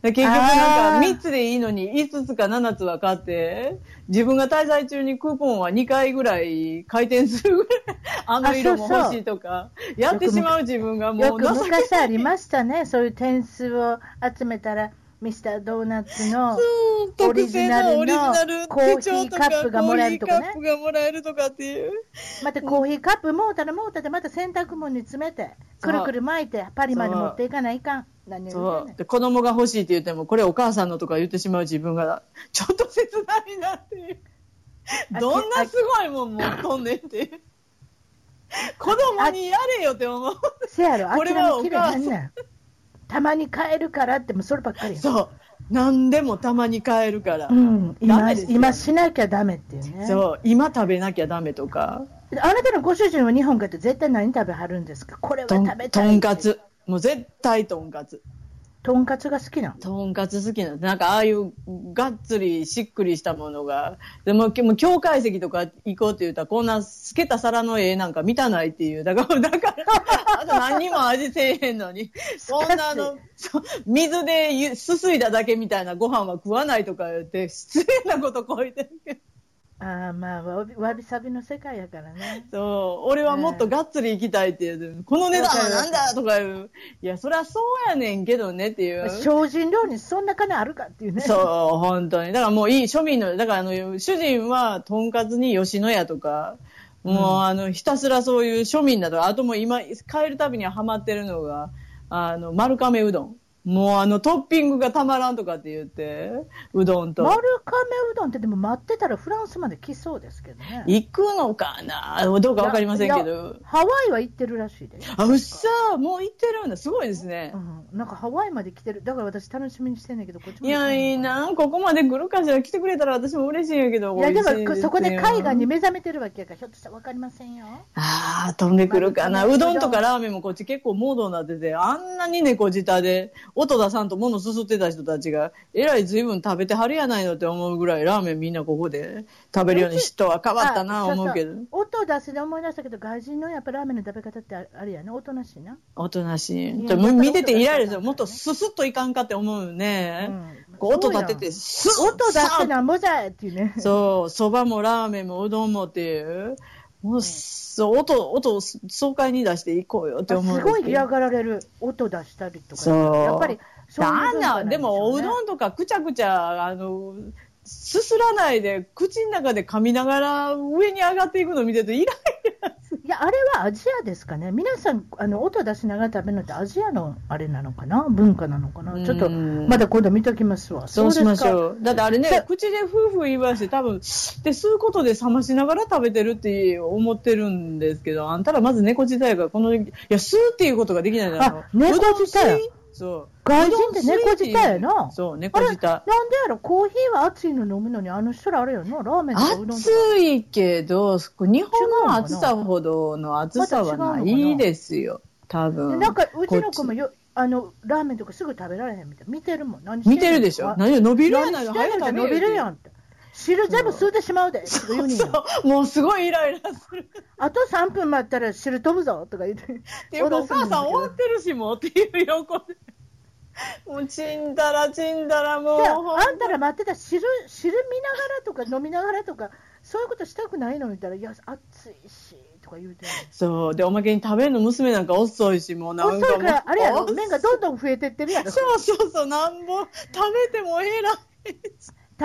Speaker 2: で結局
Speaker 1: あ
Speaker 2: なん
Speaker 1: ー
Speaker 2: か3つでいいのに5つか7つは買って、自分が滞在中にクーポンは2回ぐらい回転するぐらい、あの色も欲しいとか、やってしまう自分がも
Speaker 1: よ
Speaker 2: う
Speaker 1: く昔ありましたね。 [laughs] そういう点数を集めたら、ミスタードーナツの。
Speaker 2: そう特製のオリジナル
Speaker 1: コー
Speaker 2: 手
Speaker 1: ヒ
Speaker 2: 帳
Speaker 1: ー
Speaker 2: と
Speaker 1: カ
Speaker 2: か
Speaker 1: ップがもらえるとかね
Speaker 2: コーヒーカップがもらえるとかっていう。
Speaker 1: またコーヒーカップもうたらもうたでまた洗濯物に詰めて
Speaker 2: そ
Speaker 1: く
Speaker 2: う
Speaker 1: るくる巻いてパリまで持っていかないかん何を言う
Speaker 2: そ
Speaker 1: てんね
Speaker 2: う。で子供が欲しいって言っても、これお母さんのとか言ってしまう自分が、ちょっと切ないなっていう。
Speaker 1: あ
Speaker 2: [laughs] どんなすごいもん持っとんねんっていう。 [laughs] 子供にやれよって思う。
Speaker 1: んせやろ
Speaker 2: こ
Speaker 1: 諦
Speaker 2: れは
Speaker 1: め
Speaker 2: お
Speaker 1: きれ
Speaker 2: 母
Speaker 1: へ
Speaker 2: さん
Speaker 1: んねんたまに帰るからってもうそればっかりやん
Speaker 2: そう。何でもたまに買えるから。
Speaker 1: うん、
Speaker 2: ダ
Speaker 1: 今
Speaker 2: メですよ
Speaker 1: 今しなきゃダメっていうね
Speaker 2: そう。今食べなきゃダメとか。
Speaker 1: あなたのご主人は日本帰って絶対何食べはるんですかこれは
Speaker 2: と
Speaker 1: 食
Speaker 2: ん
Speaker 1: べ
Speaker 2: と
Speaker 1: たい
Speaker 2: んかつ。もう絶対とんかつ。
Speaker 1: とんかつが好きなの
Speaker 2: とんかつ好きなんです。なんかああいうがっつりしっくりしたものが、でも、きもう境界石とか行こうって言ったら、こんな透けた皿の絵なんか見たないっていう。だから、だ [laughs] から、あと何にも味せえへんのに、そんなあの、そう水でゆすすいだだけみたいなご飯は食わないとか言って、失礼なことこいてるけど。
Speaker 1: ああまあわびわびさびの世界やからね
Speaker 2: そう、俺はもっとがっつり行きたいって言う。この値段はなんだとか言う。いや、そりゃそうやねんけどねっていう。
Speaker 1: 精進料理にそんな金あるかっていうね
Speaker 2: そう、本当に。だからもういい、庶民の、だからあの、主人は、とんかつに吉野家とか、もう、あの、ひたすらそういう庶民だとか、あともう今、帰るたびにはハマってるのが、あの、丸亀うどん。もうあのトッピングがたまらんとかって言って、うどんと。
Speaker 1: 丸亀うどんってでも待ってたらフランスまで来そうですけどね。
Speaker 2: 行くのかなどうかわかりませんけ
Speaker 1: いや
Speaker 2: ど。
Speaker 1: ハワイは行ってるらしいです。
Speaker 2: あ、うっさーもう行ってるんだ。すごいですね
Speaker 1: う。ん、なんかハワイまで来てる。だから私楽しみにしてんねんけど、こっちま
Speaker 2: い
Speaker 1: で来んのか
Speaker 2: や、いい。なここまで来るかしら来てくれたら私も嬉しいんやけど。
Speaker 1: いや、
Speaker 2: 美
Speaker 1: で
Speaker 2: 味しい
Speaker 1: も
Speaker 2: すよ
Speaker 1: そこで海外に。目覚めてるわけやから、ひょっとしたらわかりませんよ。
Speaker 2: ああ、飛んでくるか
Speaker 1: ま
Speaker 2: な。
Speaker 1: あ
Speaker 2: うどんとかラーメンもこっち結構モードになってて、あんなに猫舌で、音出さんと物すすってた人たちが、えらい随分食べてはるやないのって思うぐらい、ラーメンみんなここで食べるように人は変わったな、
Speaker 1: あそうそう
Speaker 2: 思うけど。
Speaker 1: 音を出すで思い出したけど、外人のやっぱラーメンの食べ方ってああれやね、おとなしいな。
Speaker 2: おとなしい。
Speaker 1: い
Speaker 2: で
Speaker 1: や
Speaker 2: も
Speaker 1: やっぱり
Speaker 2: 見ててイライラす
Speaker 1: 音出さなかったね
Speaker 2: る。もっとススッといかんかって思うよね。
Speaker 1: うん
Speaker 2: こう音立てて、スッ
Speaker 1: 音出して
Speaker 2: サ
Speaker 1: なんぼじゃいっていうね
Speaker 2: ッ。そう、そばもラーメンもうどんもっていう。もう、そう、音、音を爽快に出していこうよって思う。
Speaker 1: すごい嫌がられる音出したりとか、
Speaker 2: そう
Speaker 1: やっぱりそういう
Speaker 2: なん
Speaker 1: 文化
Speaker 2: だ、
Speaker 1: ん
Speaker 2: で
Speaker 1: しょ
Speaker 2: もおう
Speaker 1: ね
Speaker 2: どんとかくちゃくちゃ、あの、すすらないで、口の中で噛みながら上に上がっていくの見てて、イライ
Speaker 1: いや、あれはアジアですかね、皆さん、あの音出しながら食べるのって、アジアのあれなのかな、文化なのかな、
Speaker 2: うん
Speaker 1: ちょっとまだ今度見ときますわ、
Speaker 2: そうしまし
Speaker 1: う
Speaker 2: ょう。だってあれね
Speaker 1: さ、
Speaker 2: 口で夫婦言いわして、多分、って吸うことで冷ましながら食べてるって思ってるんですけど、あんたらまず猫自体がこの、いや、吸うっていうことができないじゃ
Speaker 1: あ猫自体
Speaker 2: うどん吸いそう。
Speaker 1: 外人って猫自体や
Speaker 2: うどん吸いってい
Speaker 1: な
Speaker 2: うそう、
Speaker 1: あ
Speaker 2: 猫
Speaker 1: れ、
Speaker 2: 自
Speaker 1: なんで
Speaker 2: 体
Speaker 1: や。ろ、コーヒーは熱いの飲むのに、あの人らあれやな、ラーメンとかうどんとか
Speaker 2: 暑、いけど、日本の暑さほどの暑さはないですよ。多
Speaker 1: で
Speaker 2: 分。
Speaker 1: なんかうちの子
Speaker 2: こ
Speaker 1: もよあのラーメンとかすぐ食べられへんみたいな、見てるもん、何
Speaker 2: っち見てるでしょ何よ伸びるやな
Speaker 1: 何
Speaker 2: いの
Speaker 1: してんのって伸びるやん
Speaker 2: ん。
Speaker 1: って、汁全部吸うてしまうで、とか言うねんよ
Speaker 2: [laughs] そうもうすごいイライラする。
Speaker 1: あと3分待ったら汁飛ぶぞとか言って、
Speaker 2: っていうか、お
Speaker 1: 脅すんだ
Speaker 2: 母
Speaker 1: け
Speaker 2: さ
Speaker 1: ど
Speaker 2: ん終わってるし、もうっていう横で。もう、ちんだらちんだら、もう。
Speaker 1: であんたら待ってた汁汁見ながらとか飲みながらとかそういうことしたくないのみたいな「いや暑いし」とか言うて
Speaker 2: そう。で、おまけに食べるの娘なんか遅いし、もうなんか
Speaker 1: 遅
Speaker 2: も。
Speaker 1: いうからあれやろ
Speaker 2: 遅い
Speaker 1: 麺がどんどん増えてってるやろ食
Speaker 2: そうそうそう、なんぼ、食べてもええら。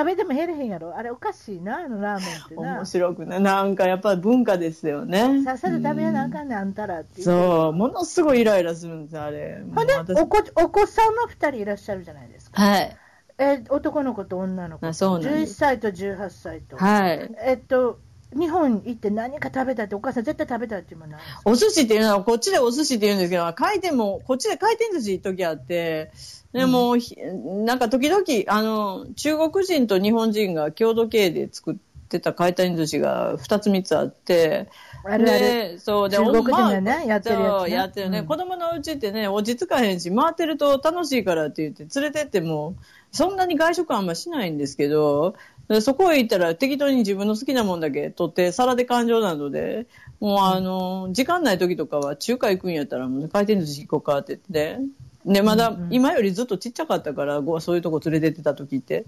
Speaker 1: べても減れへんやろあれおかしいなあのラーメンってな
Speaker 2: 面白くない。なんかやっぱり文化ですよね。
Speaker 1: さっさと食べやなあ
Speaker 2: うん
Speaker 1: かんねんあんたらっていう
Speaker 2: そう、ものすごいイライラするんです、あれ。
Speaker 1: ほんで
Speaker 2: もう私
Speaker 1: お子お子さんは2人いらっしゃるじゃないですか、
Speaker 2: はい。
Speaker 1: えー男の子と女の子
Speaker 2: あそうなんで
Speaker 1: 11
Speaker 2: す
Speaker 1: 歳と18歳と、
Speaker 2: はい。
Speaker 1: えっと日本行って何か食べたってお母さん絶対食べたっていうもんない
Speaker 2: お寿司っていうのは、こっちでお寿司って言うんですけど、回転も、こっちで回転寿司行っときあって、でも、ひなんか時々、あの、中国人と日本人が郷土系で作ってた回転寿司が2つ3つあって、
Speaker 1: あるある、
Speaker 2: でそう、で、
Speaker 1: 中国人がね
Speaker 2: おまあ
Speaker 1: やってるやつね
Speaker 2: そうやってるね。
Speaker 1: うん
Speaker 2: 子供のうちってね、落ち着かへんし、回ってると楽しいからって言って、連れてっても、そんなに外食あんましないんですけど、でそこへ行ったら適当に自分の好きなもんだけ取って、皿で感情なので、もうあの、時間ない時とかは中華行くんやったら、もう回転寿司行こうかって言って、で、まだ
Speaker 1: うんうん
Speaker 2: 今よりずっとちっちゃかったから、ごそういうとこ連れてってた時って。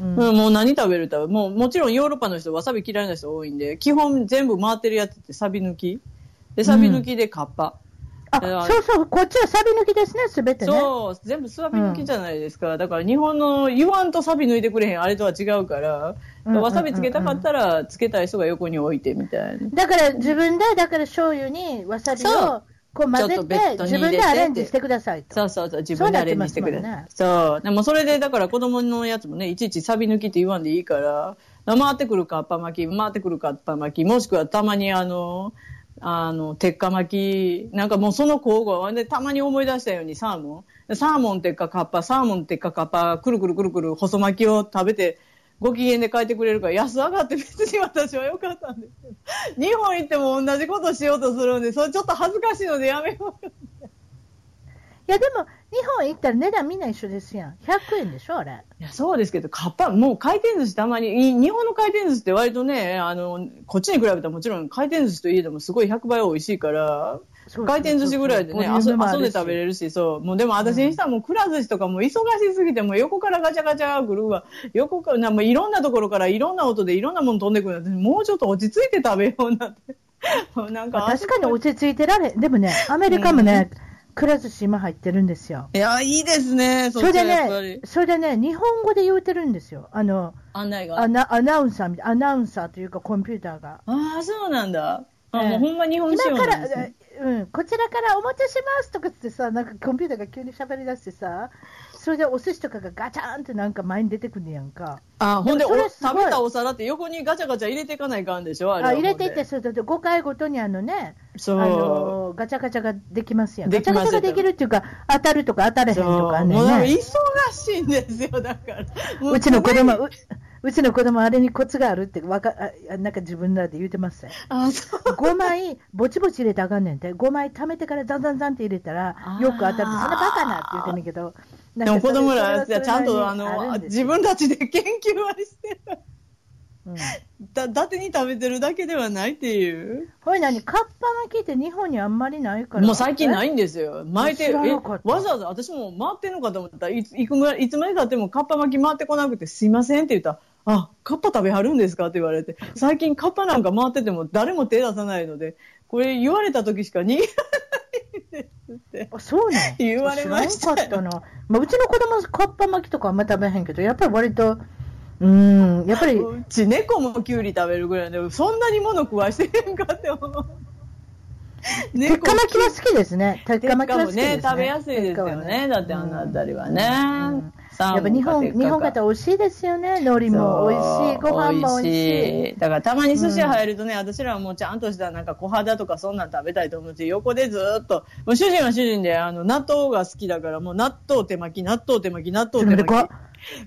Speaker 1: うん
Speaker 2: うん、もう何食べる食べもうもちろんヨーロッパの人わさび嫌いな人多いんで基本全部回ってるやつってサビ抜きでサビ抜きでカッパ、
Speaker 1: あ、そうそう、こっちはサビ抜きですね、すべてね。
Speaker 2: そう全部サビ抜きじゃないですか、だから日本の言わんとサビ抜いてくれへんあれとは違うから、
Speaker 1: うんうんうんうん
Speaker 2: わさびつけたかったらつけたい人が横に置いてみたいな。
Speaker 1: だから自分で、だから醤油にわさび
Speaker 2: そ
Speaker 1: をこう混
Speaker 2: ちょ
Speaker 1: ぜ
Speaker 2: っとベッ
Speaker 1: て、
Speaker 2: ドに
Speaker 1: 自
Speaker 2: 入れて
Speaker 1: 分でアレンジしてくださいと。
Speaker 2: そうそうそう、自分でアレンジしてくれ
Speaker 1: そうなって
Speaker 2: る
Speaker 1: ま。
Speaker 2: そう。でもそれで、だから子供のやつもね、いちいちサビ抜きって言わんでいいから、回ってくるかっぱ巻き、回ってくるかっぱ巻き、もしくはたまにあの、あの、鉄火巻き、なんかもうその交互、ほんで、たまに思い出したようにサーモン。サーモン鉄火カッパ、サーモン鉄火カッパ、くるくるくるくる細巻きを食べて、ご機嫌で帰ってくれるから安上がって別に私は良かったんですけど、日本行っても同じことしようとするんで、それちょっと恥ずかしいのでやめよう。
Speaker 1: いや、でも、日本行ったら値段みんな一緒ですやん。100円でしょ、あれ。
Speaker 2: いやそうですけど、カッパ、もう回転寿司たまに、い日本の回転寿司って割とね、あの、こっちに比べたらもちろん回転寿司といえどもすごい100倍美味しいから、
Speaker 1: そう
Speaker 2: 回転寿司ぐらいでね、遊遊んで食べれ
Speaker 1: る。
Speaker 2: るし、そう。もうでも私にしたらもうくら寿司とかもう忙しすぎて、もう横からガチャガチャ来るわ。横から、なもういろんなところからいろんな音でいろんなもの飛んでくるなんて、もうちょっと落ち着いて食べようなんて。 [laughs] もうなんか、
Speaker 1: 確かに落ち着いてられ、でもね、アメリカもね、くら寿司今入ってるんですよ。
Speaker 2: いや、いいですね。そ
Speaker 1: そ
Speaker 2: っ
Speaker 1: れ
Speaker 2: ちは
Speaker 1: で
Speaker 2: やっぱり、
Speaker 1: ね、それでね、日本語で言うてるんですよ。あの、
Speaker 2: 案内が。
Speaker 1: アナアナウンサーみたい、アナウンサーというかコンピューターが。
Speaker 2: ああ、そうなんだ。あ、
Speaker 1: ええ
Speaker 2: もうほんま日本仕
Speaker 1: 今
Speaker 2: 様
Speaker 1: か
Speaker 2: な
Speaker 1: ら
Speaker 2: んですね。
Speaker 1: えうん、こちらからお持ちしますとかってさ、なんかコンピューターが急に喋り出してさ、それでお寿司とかがガチャーンってなんか前に出てくんねやんか。
Speaker 2: あほんで
Speaker 1: それ
Speaker 2: お
Speaker 1: すごい
Speaker 2: 食べたお皿って横にガチャガチャ入れていかないかんでしょあ
Speaker 1: あ
Speaker 2: れは
Speaker 1: 入れていっ
Speaker 2: ほん
Speaker 1: て、
Speaker 2: で
Speaker 1: それで5回ごとにあのね、
Speaker 2: そ
Speaker 1: あ
Speaker 2: う、
Speaker 1: のガチャガチャができますやん。ガ
Speaker 2: で
Speaker 1: チ
Speaker 2: き
Speaker 1: ャ
Speaker 2: ま
Speaker 1: ガ
Speaker 2: す
Speaker 1: チャができるっていうか、当たるとか当たれへん
Speaker 2: そう
Speaker 1: とかあんね
Speaker 2: もうん忙
Speaker 1: ね。
Speaker 2: しいんですよだからも
Speaker 1: うちの子供、ううちの子供あれにコツがあるってわか、あなんか自分らで言うてます
Speaker 2: [laughs]
Speaker 1: ね。
Speaker 2: あそう
Speaker 1: 5枚、ぼちぼち入れてあかんねんて、5枚貯めてからザンザンザンって入れたら、よく当たるって、そんなバカなって言ってんねんけど、な
Speaker 2: で
Speaker 1: ん
Speaker 2: も
Speaker 1: かそ
Speaker 2: 子
Speaker 1: れ
Speaker 2: 供らは
Speaker 1: それは
Speaker 2: ちゃ
Speaker 1: そ
Speaker 2: ん
Speaker 1: れ
Speaker 2: と
Speaker 1: は
Speaker 2: あ
Speaker 1: ね
Speaker 2: の
Speaker 1: るんです
Speaker 2: 自
Speaker 1: よ
Speaker 2: 分たちで研究はしてる
Speaker 1: うん
Speaker 2: だ伊達に食べてるだけではないっていう
Speaker 1: ほいなに、カッパ巻きって日本にあんまりないから。
Speaker 2: もう最近ないいんですよ。巻いて、
Speaker 1: 知
Speaker 2: え、
Speaker 1: らな
Speaker 2: わ
Speaker 1: かった
Speaker 2: ざわざ私も回ってんのかと思ったら、いつ、いくぐらい、いつまで経ってもカッパ巻き回ってこなくてすいませんって言ったら、あ、カッパ食べはるんですかって言われて、最近カッパなんか回ってても誰も手出さないので、これ言われた時しか逃げられないんですって。
Speaker 1: そうね。
Speaker 2: [laughs] 言われました
Speaker 1: 知らんかったな。まあ、うちの子供、カッパ巻きとかあんま食べへんけど、やっぱり割と、うん、やっぱり、
Speaker 2: うち猫もキュウリ食べるぐらいで、そんなに物食わしてるんかって思う。
Speaker 1: 鉄火巻きは好きですね。鉄火
Speaker 2: 鉄
Speaker 1: 巻き
Speaker 2: 火
Speaker 1: は
Speaker 2: も
Speaker 1: 好きです
Speaker 2: ね
Speaker 1: ね。、
Speaker 2: 食べやすいですよ
Speaker 1: 鉄火は
Speaker 2: ね。だってあのあたりはね。
Speaker 1: んやっぱ日本、日本方美味しいですよね。海苔も美味しい、ご飯も美味しい。
Speaker 2: だからたまに寿司屋入るとね、私らはもうちゃんとしたなんか小肌とかそんなん食べたいと思って、横でずーっと、もう主人は主人で、あの、納豆が好きだから、もう納豆手巻き、納豆手巻き、納
Speaker 1: で
Speaker 2: 豆
Speaker 1: もね
Speaker 2: 手巻き。
Speaker 1: ご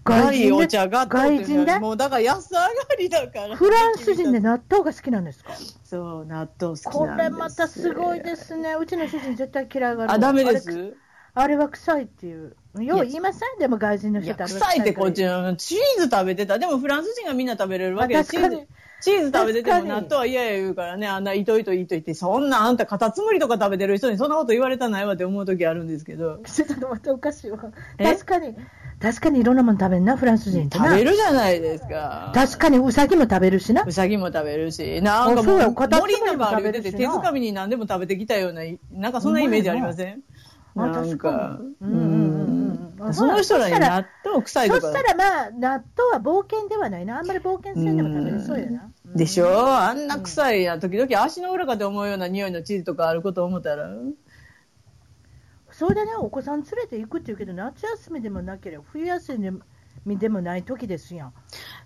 Speaker 2: ガリお
Speaker 1: 外人
Speaker 2: 茶
Speaker 1: で、
Speaker 2: が
Speaker 1: 外人で、
Speaker 2: もうだから安上がりだから。
Speaker 1: フランス人で納豆が好きなんですか
Speaker 2: そう、納豆好きなんです。
Speaker 1: これまたすごいですね。うちの主人絶対嫌いがるわ
Speaker 2: あ、ダメで
Speaker 1: あれ
Speaker 2: す
Speaker 1: あれは臭いっていう。よう言いませんでも外人の
Speaker 2: い
Speaker 1: 人
Speaker 2: や
Speaker 1: ってあれは
Speaker 2: 臭いってこ
Speaker 1: から
Speaker 2: っちのチーズ食べてたでもフランス人がみんな食べれるわけ
Speaker 1: あ
Speaker 2: でチ
Speaker 1: 確か
Speaker 2: ー
Speaker 1: に
Speaker 2: ズチーズ食べてても
Speaker 1: 確か
Speaker 2: 納
Speaker 1: に
Speaker 2: 豆は嫌や言うからねあんな糸糸糸ってそんなあんたカタツムリとか食べてる人にそんなこと言われたないわって思う時あるんですけど
Speaker 1: [laughs] ちょっとまたおかしいわ。
Speaker 2: え
Speaker 1: 確かに、確かにいろんなもの食べんな、フランス人ってな。
Speaker 2: 食べるじゃないですか
Speaker 1: 確かにウサギも食べるしな
Speaker 2: う。さぎも食べるしなんか
Speaker 1: あそ
Speaker 2: も
Speaker 1: う
Speaker 2: う
Speaker 1: やカタツムリ
Speaker 2: 森
Speaker 1: も
Speaker 2: の中歩いて
Speaker 1: 食べる
Speaker 2: て
Speaker 1: しな
Speaker 2: 手づかみに何でも食べてきたようななんかそんなイメージありません
Speaker 1: うまいなあ
Speaker 2: なんか
Speaker 1: 確かにうんうんうんうん
Speaker 2: その人らに
Speaker 1: そしたら
Speaker 2: 納豆臭い
Speaker 1: そ
Speaker 2: と
Speaker 1: した
Speaker 2: か
Speaker 1: らまあ、納豆は冒険ではないな。あんまり冒険せんでも食べれそうやな。
Speaker 2: でしょあんな臭いや、時々足の裏かと思うような匂いのチーズとかあること思ったら。
Speaker 1: それでね、お子さん連れて行くって言うけど、夏休みでもなければ、冬休みでもない時ですやん。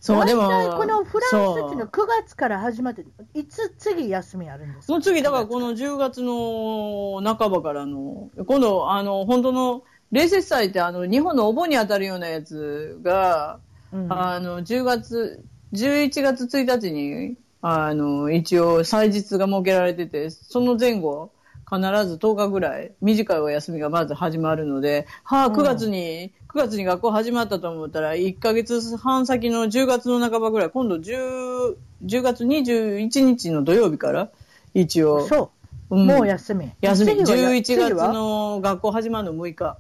Speaker 2: そう、でも
Speaker 1: 大体、このフランスっていうのは
Speaker 2: そ
Speaker 1: 9月から始まって、いつ次休みあるんです
Speaker 2: う
Speaker 1: か
Speaker 2: もう次、だからこの10月の半ばからの、今度、あの、本当の、冷節祭ってあの、日本のお盆に当たるようなやつが、
Speaker 1: うん
Speaker 2: あの、10月、11月1日に、あの、一応、祭日が設けられてて、その前後、必ず10日ぐらい、短いお休みがまず始まるので、はあ、9月に、9月に学校始まったと思ったら、1ヶ月半先の10月の半ばぐらい、今度10、10月21日の土曜日から、一応、
Speaker 1: そうう、
Speaker 2: ん
Speaker 1: もう休み。
Speaker 2: 休み、
Speaker 1: 次は
Speaker 2: 11月
Speaker 1: 次は
Speaker 2: の学校始まるの6日。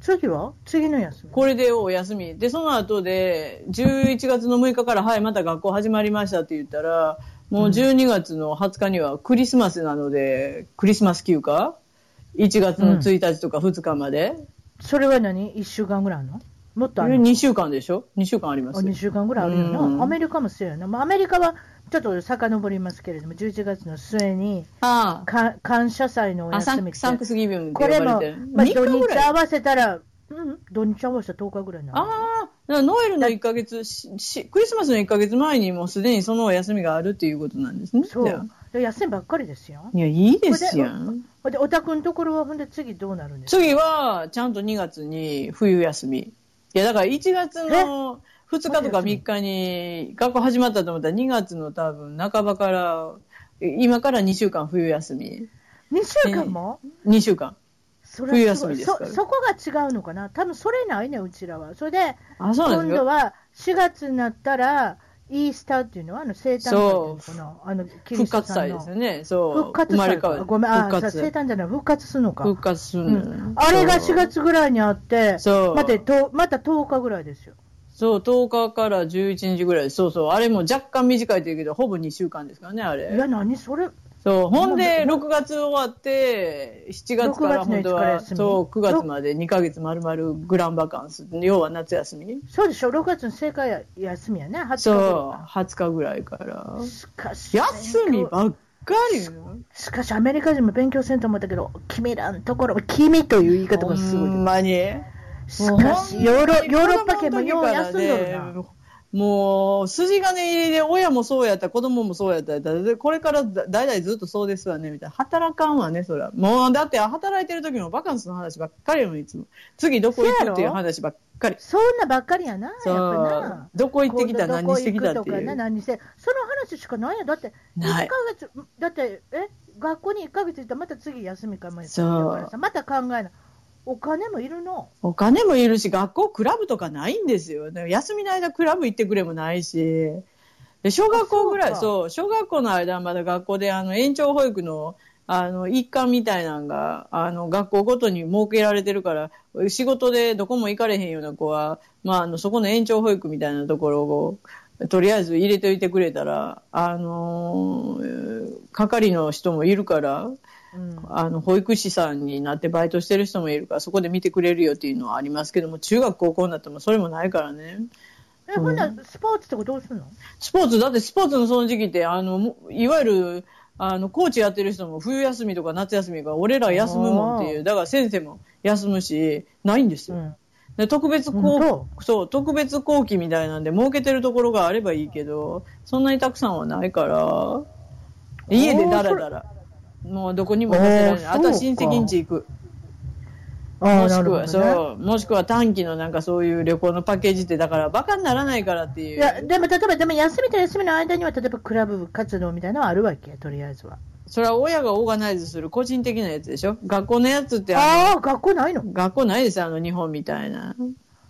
Speaker 1: 次は次の休み。
Speaker 2: これでお休み。で、その後で、11月の6日から、はい、また学校始まりましたって言ったら、もう12月の20日にはクリスマスなので、クリスマス休暇 ?1 月の1日とか2日まで。
Speaker 1: それは何 ?1 週間ぐらいあるのもっとあるの
Speaker 2: 2週間でしょ ?2 週間あります
Speaker 1: あ。2週間ぐらいあるよ
Speaker 2: うん
Speaker 1: な。アメリカもそうやな。まあ、アメリカはちょっと遡りますけれども、11月の末に
Speaker 2: ああ。
Speaker 1: か感謝祭のお
Speaker 2: あサ
Speaker 1: 休
Speaker 2: ン
Speaker 1: みっ
Speaker 2: クサンク
Speaker 1: て、
Speaker 2: スギビング
Speaker 1: こ
Speaker 2: って
Speaker 1: れ
Speaker 2: 呼ば
Speaker 1: も
Speaker 2: れてる。、
Speaker 1: まあ、
Speaker 2: 三
Speaker 1: 土
Speaker 2: 日ぐ
Speaker 1: 日
Speaker 2: らい
Speaker 1: 合わせたら、うん、土日合わせたら10日ぐらいになる。
Speaker 2: ああ、だからノエルの1ヶ月し、しクリスマスの1ヶ月前にもうすでにそのお休みがあるっていうことなんですね。
Speaker 1: そ
Speaker 2: じゃあ
Speaker 1: う。で休みばっかりですよ。
Speaker 2: いや、いいですや
Speaker 1: こ
Speaker 2: ん。
Speaker 1: ほんで、お宅のところは、ほんで次どうなるんですか
Speaker 2: 次は、ちゃんと2月に冬休み。いや、だから1月の2日とか3日に学校始まったと思ったら2月の多分半ばから、今から2週間冬休み。
Speaker 1: ?2 週間も、
Speaker 2: 2週間。
Speaker 1: それは
Speaker 2: 冬休
Speaker 1: ごい
Speaker 2: みですから
Speaker 1: そそこが違うのかな多分それないね、うちらは。それで、
Speaker 2: あ、そうなん
Speaker 1: 今
Speaker 2: です
Speaker 1: 度
Speaker 2: か
Speaker 1: は4月になったら、イースターっていうのは、あの生誕祭っていうのかなあのキリ
Speaker 2: 復
Speaker 1: スト
Speaker 2: 活
Speaker 1: さん
Speaker 2: 祭
Speaker 1: の
Speaker 2: ですよね。そう。
Speaker 1: 復活
Speaker 2: 生ま
Speaker 1: 祭
Speaker 2: れ変
Speaker 1: か
Speaker 2: わる。
Speaker 1: ごめん、あ
Speaker 2: 復
Speaker 1: あ、
Speaker 2: 活
Speaker 1: 生誕じゃない、復活するのか。
Speaker 2: 復活する
Speaker 1: う
Speaker 2: のよ、
Speaker 1: ん、あれが4月ぐらいにあって、
Speaker 2: そう
Speaker 1: 待ってとまた10日ぐらいですよ。
Speaker 2: そう、10日から11日ぐらい。そうそう。あれも若干短いというけど、ほぼ2週間ですからね、あれ。
Speaker 1: いや、何それ、
Speaker 2: そう、ほんで、
Speaker 1: な
Speaker 2: 6月終わって、7月から
Speaker 1: 6月の
Speaker 2: 本当
Speaker 1: いつから
Speaker 2: は、
Speaker 1: 休み
Speaker 2: そう、9月まで2ヶ月丸々グランバカンス。要は夏休み
Speaker 1: そうでしょ、6月の正解や休みやね、8日
Speaker 2: そう、20日ぐらいから
Speaker 1: う。。しかし、
Speaker 2: 休みばっかりよ。
Speaker 1: しかしアメリカ人も勉強せんと思ったけど、君らのところは君という言い方がすごい。
Speaker 2: ほんまに。
Speaker 1: しかし、ヨーロヨーロッパ圏もよう休んでるな。
Speaker 2: もう、筋金入りで、親もそうやった、子供もそうやった、でこれからだ代々ずっとそうですわね、みたいな。働かんわね、そら。もう、だって、働いてる時のバカンスの話ばっかりやの、いつも。次どこ行くっていう話ばっかり。
Speaker 1: そんなばっかりやな、やっぱ
Speaker 2: そう
Speaker 1: な。。
Speaker 2: どこ行ってきた、
Speaker 1: 今度
Speaker 2: 何してきた
Speaker 1: どこ
Speaker 2: って
Speaker 1: 行くとか
Speaker 2: い
Speaker 1: な
Speaker 2: う。
Speaker 1: 何してその話しかないやんだって
Speaker 2: ない
Speaker 1: 1ヶ月だってえ学校に1ヶ月行ったらまた次休みかもや
Speaker 2: そう
Speaker 1: からさまた考えないお金もいるの
Speaker 2: お金もいるし、学校、クラブとかないんですよ。だから休みの間、クラブ行ってくれもないし。で小学校ぐらい、
Speaker 1: あ
Speaker 2: そう
Speaker 1: そ
Speaker 2: 小学校の間はまだ学校で、あの、延長保育の、あの、一環みたいなのが、あの、学校ごとに設けられてるから、仕事でどこも行かれへんような子は、まあ、あの、そこの延長保育みたいなところを、とりあえず入れておいてくれたら、あのー係の人もいるから、あの保育士さんになってバイトしてる人もいるからそこで見てくれるよっていうのはありますけども中学高校になってもそれもないからね
Speaker 1: えほんならスポーツとかどうするの
Speaker 2: スポーツだってスポーツのその時期ってあのもいわゆるあのコーチやってる人も冬休みとか夏休みが俺ら休むもんっていうだから先生も休むしないんですよ、
Speaker 1: うん
Speaker 2: で特別
Speaker 1: 本
Speaker 2: こうそう特別後期みたいなんで設けてるところがあればいいけどそんなにたくさんはないから家でダラダラもうどこにも出せられない
Speaker 1: あー
Speaker 2: あとは
Speaker 1: そう
Speaker 2: 親
Speaker 1: か
Speaker 2: 戚んち行く
Speaker 1: あ
Speaker 2: も
Speaker 1: あ
Speaker 2: し
Speaker 1: な
Speaker 2: く
Speaker 1: るほ
Speaker 2: は、
Speaker 1: どね
Speaker 2: そう、もしくは短期のなんかそういう旅行のパッケージって、だからバカにならないからってい。
Speaker 1: いうやでも例えばでも休みと休みの間には例えばクラブ活動みたいなのはあるわけとりあえずは
Speaker 2: それは親がオーガナイズする個人的なやつでしょ学校のやつって
Speaker 1: あ
Speaker 2: あ
Speaker 1: あ学校ないの
Speaker 2: の、学校ないですよ、あの日本みたいな。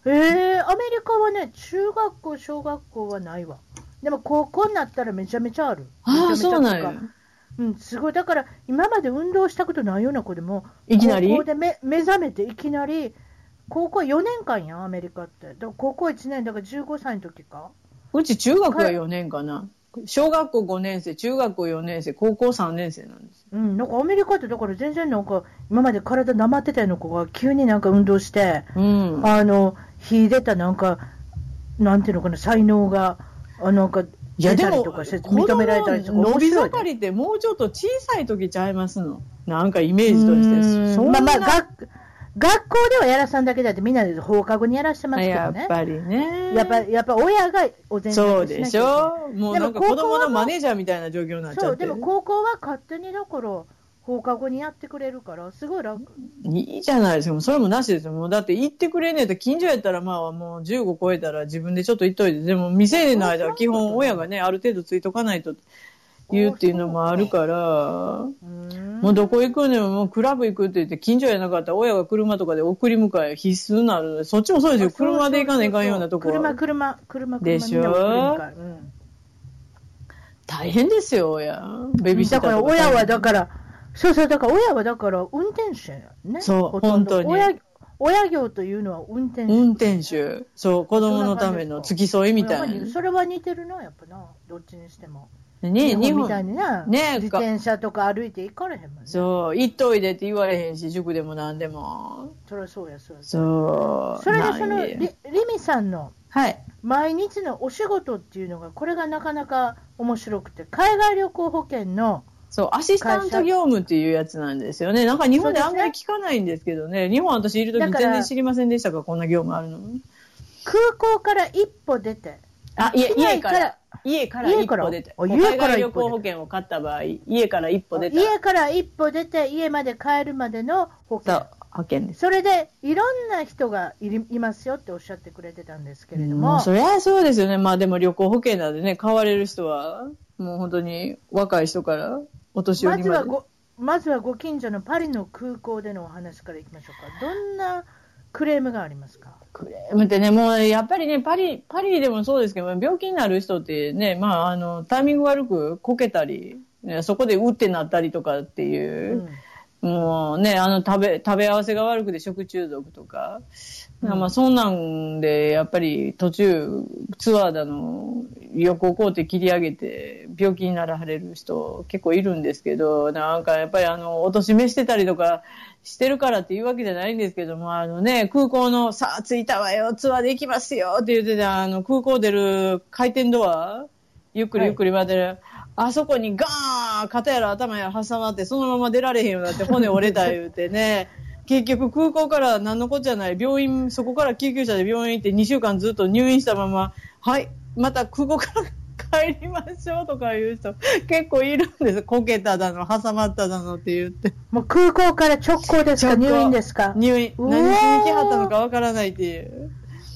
Speaker 1: ええアメリカはね中学校小学校はないわでも高校になったらめちゃめちゃある
Speaker 2: ああ、
Speaker 1: めちゃめち
Speaker 2: そ
Speaker 1: ゃっ
Speaker 2: う
Speaker 1: てい
Speaker 2: なん
Speaker 1: か
Speaker 2: や。
Speaker 1: うん、すごい。だから、今まで運動したことないような子でも、
Speaker 2: いきなり
Speaker 1: 高校で目目覚めて、いきなり、高校4年間やん、アメリカって。だから高校1年、だから15歳の時か。
Speaker 2: うち中学が4年かな。小学校5年生、中学校4年生、高校3年生なんです。
Speaker 1: うん、なんかアメリカって、だから全然なんか、今まで体なまってたような子が、急になんか運動して、
Speaker 2: うん。
Speaker 1: あの、秀でたなんか、なんていうのかな、才能が、あなんか、
Speaker 2: いや、
Speaker 1: 出た
Speaker 2: で
Speaker 1: り
Speaker 2: も、
Speaker 1: とかして、
Speaker 2: 子
Speaker 1: 認
Speaker 2: 供
Speaker 1: められたりとか、
Speaker 2: の伸
Speaker 1: 面
Speaker 2: び
Speaker 1: 白いね
Speaker 2: 盛りってもうちょっと小さい時ちゃいますの。なんかイメージとして。そん
Speaker 1: ま
Speaker 2: な
Speaker 1: あまあ、学学校ではやらさんだけだって、みんなで放課後にやらしてますけど
Speaker 2: や
Speaker 1: ね
Speaker 2: っ。ぱりね。
Speaker 1: やっぱやっぱ親がお膳立て
Speaker 2: そう
Speaker 1: し
Speaker 2: で
Speaker 1: なきゃいけない
Speaker 2: しょもうなんか
Speaker 1: でも高
Speaker 2: 子
Speaker 1: 校
Speaker 2: 供
Speaker 1: は
Speaker 2: のマネージャーみたいな状況になっち
Speaker 1: そ
Speaker 2: ゃっ
Speaker 1: う
Speaker 2: て
Speaker 1: でも高校は勝手にだから放課後にやってくれるからすごい楽
Speaker 2: いいじゃないですかもうそれもなしですよもうだって行ってくれねえと近所やったらまあもう15超えたら自分でちょっと行っといてでも未成年の間は基本親がねある程度ついとかないと言うっていうのもあるからもうどこ行くねももうクラブ行くって言って近所やなかったら親が車とかで送り迎え必須になるそっちもそうですよ車で行かないかんようなとこ
Speaker 1: 車
Speaker 2: は
Speaker 1: 車車車
Speaker 2: でしょ
Speaker 1: みんな送り迎えうん
Speaker 2: 大変ですよ親ベビーシッ
Speaker 1: だか
Speaker 2: ター
Speaker 1: ら
Speaker 2: とか
Speaker 1: 親はだからそうそうだから親はだから運転手やね
Speaker 2: そう
Speaker 1: ほとんど
Speaker 2: 本当に
Speaker 1: 親親業というのは運転手
Speaker 2: 運転手そう子供のための付き添いみたい
Speaker 1: やっぱ
Speaker 2: な
Speaker 1: りそれは似てるなやっぱなどっちにしても
Speaker 2: ね日
Speaker 1: みたい
Speaker 2: 本
Speaker 1: にな、
Speaker 2: ね
Speaker 1: 自転車とか歩いて行かれへんもんねそ
Speaker 2: そう行っといでって言われへんし塾でも何でも
Speaker 1: りゃそうやそうや
Speaker 2: そう
Speaker 1: それで
Speaker 2: なん
Speaker 1: その
Speaker 2: や
Speaker 1: リリミさんの
Speaker 2: はい
Speaker 1: 毎日のお仕事っていうのがこれがなかなか面白くて海外旅行保険の
Speaker 2: そうアシスタント業務っていうやつなんですよねなんか日本で
Speaker 1: そ
Speaker 2: あ
Speaker 1: うです
Speaker 2: ん
Speaker 1: ね
Speaker 2: まり聞かないんですけどね日本私いる時
Speaker 1: だ
Speaker 2: 全
Speaker 1: から
Speaker 2: 然知りませんでしたがこんな業務あるの
Speaker 1: 空港から一歩出て
Speaker 2: あいや
Speaker 1: 機内
Speaker 2: 家から家から
Speaker 1: 家
Speaker 2: 一
Speaker 1: から
Speaker 2: 歩出て
Speaker 1: あ家から
Speaker 2: 海外
Speaker 1: 一歩
Speaker 2: 旅行保険を買った場合家から一歩出た
Speaker 1: 家から一歩出て家まで帰るまでの保
Speaker 2: そ
Speaker 1: 険
Speaker 2: う保険です
Speaker 1: それでいろんな人がいりいますよっておっしゃってくれてたんですけれど
Speaker 2: も
Speaker 1: も
Speaker 2: うそりゃそうですよね。まあでも旅行保険なんでね、買われる人は、もう本当に若い人からお年寄
Speaker 1: ま
Speaker 2: り
Speaker 1: ず
Speaker 2: ま
Speaker 1: は
Speaker 2: で。
Speaker 1: ごまずはご近所のパリの空港でのお話からいきましょうかどんなクレームがありますか
Speaker 2: クレームってね、もうやっぱりね、パリ、パリでもそうですけど、病気になる人ってね、まああの、タイミング悪くこけたり、ねそこでうってなったりとかっていう、もうね、あの食べ、食べ合わせが悪くて食中毒とか、まあそんなんで、やっぱり途中、ツアーだの、旅行工程切り上げて、病気にならはれる人結構いるんですけど、なんかやっぱりあの、おとしめしてたりとかしてるからっていうわけじゃないんですけども、あのね、空港の、さあ着いたわよ、ツアーで行きますよって言ってた、あの、空港出る回転ドア、ゆっくりゆっくり待ってる、あそこにガーン肩やら頭やら挟まってそのまま出られへんようになって骨折れた言うて
Speaker 1: [laughs]
Speaker 2: ね結局空港から何のこっちゃない病院そこから救急車で病院行って2週間ずっと入院したままはいまた空港から帰りましょうとか言う人結構いるんですこけただの挟まっただのって言って
Speaker 1: もう空港から直行ですか
Speaker 2: 直行
Speaker 1: 入院ですか
Speaker 2: 入院
Speaker 1: うわー
Speaker 2: 何しに来はったのかわからないっていう。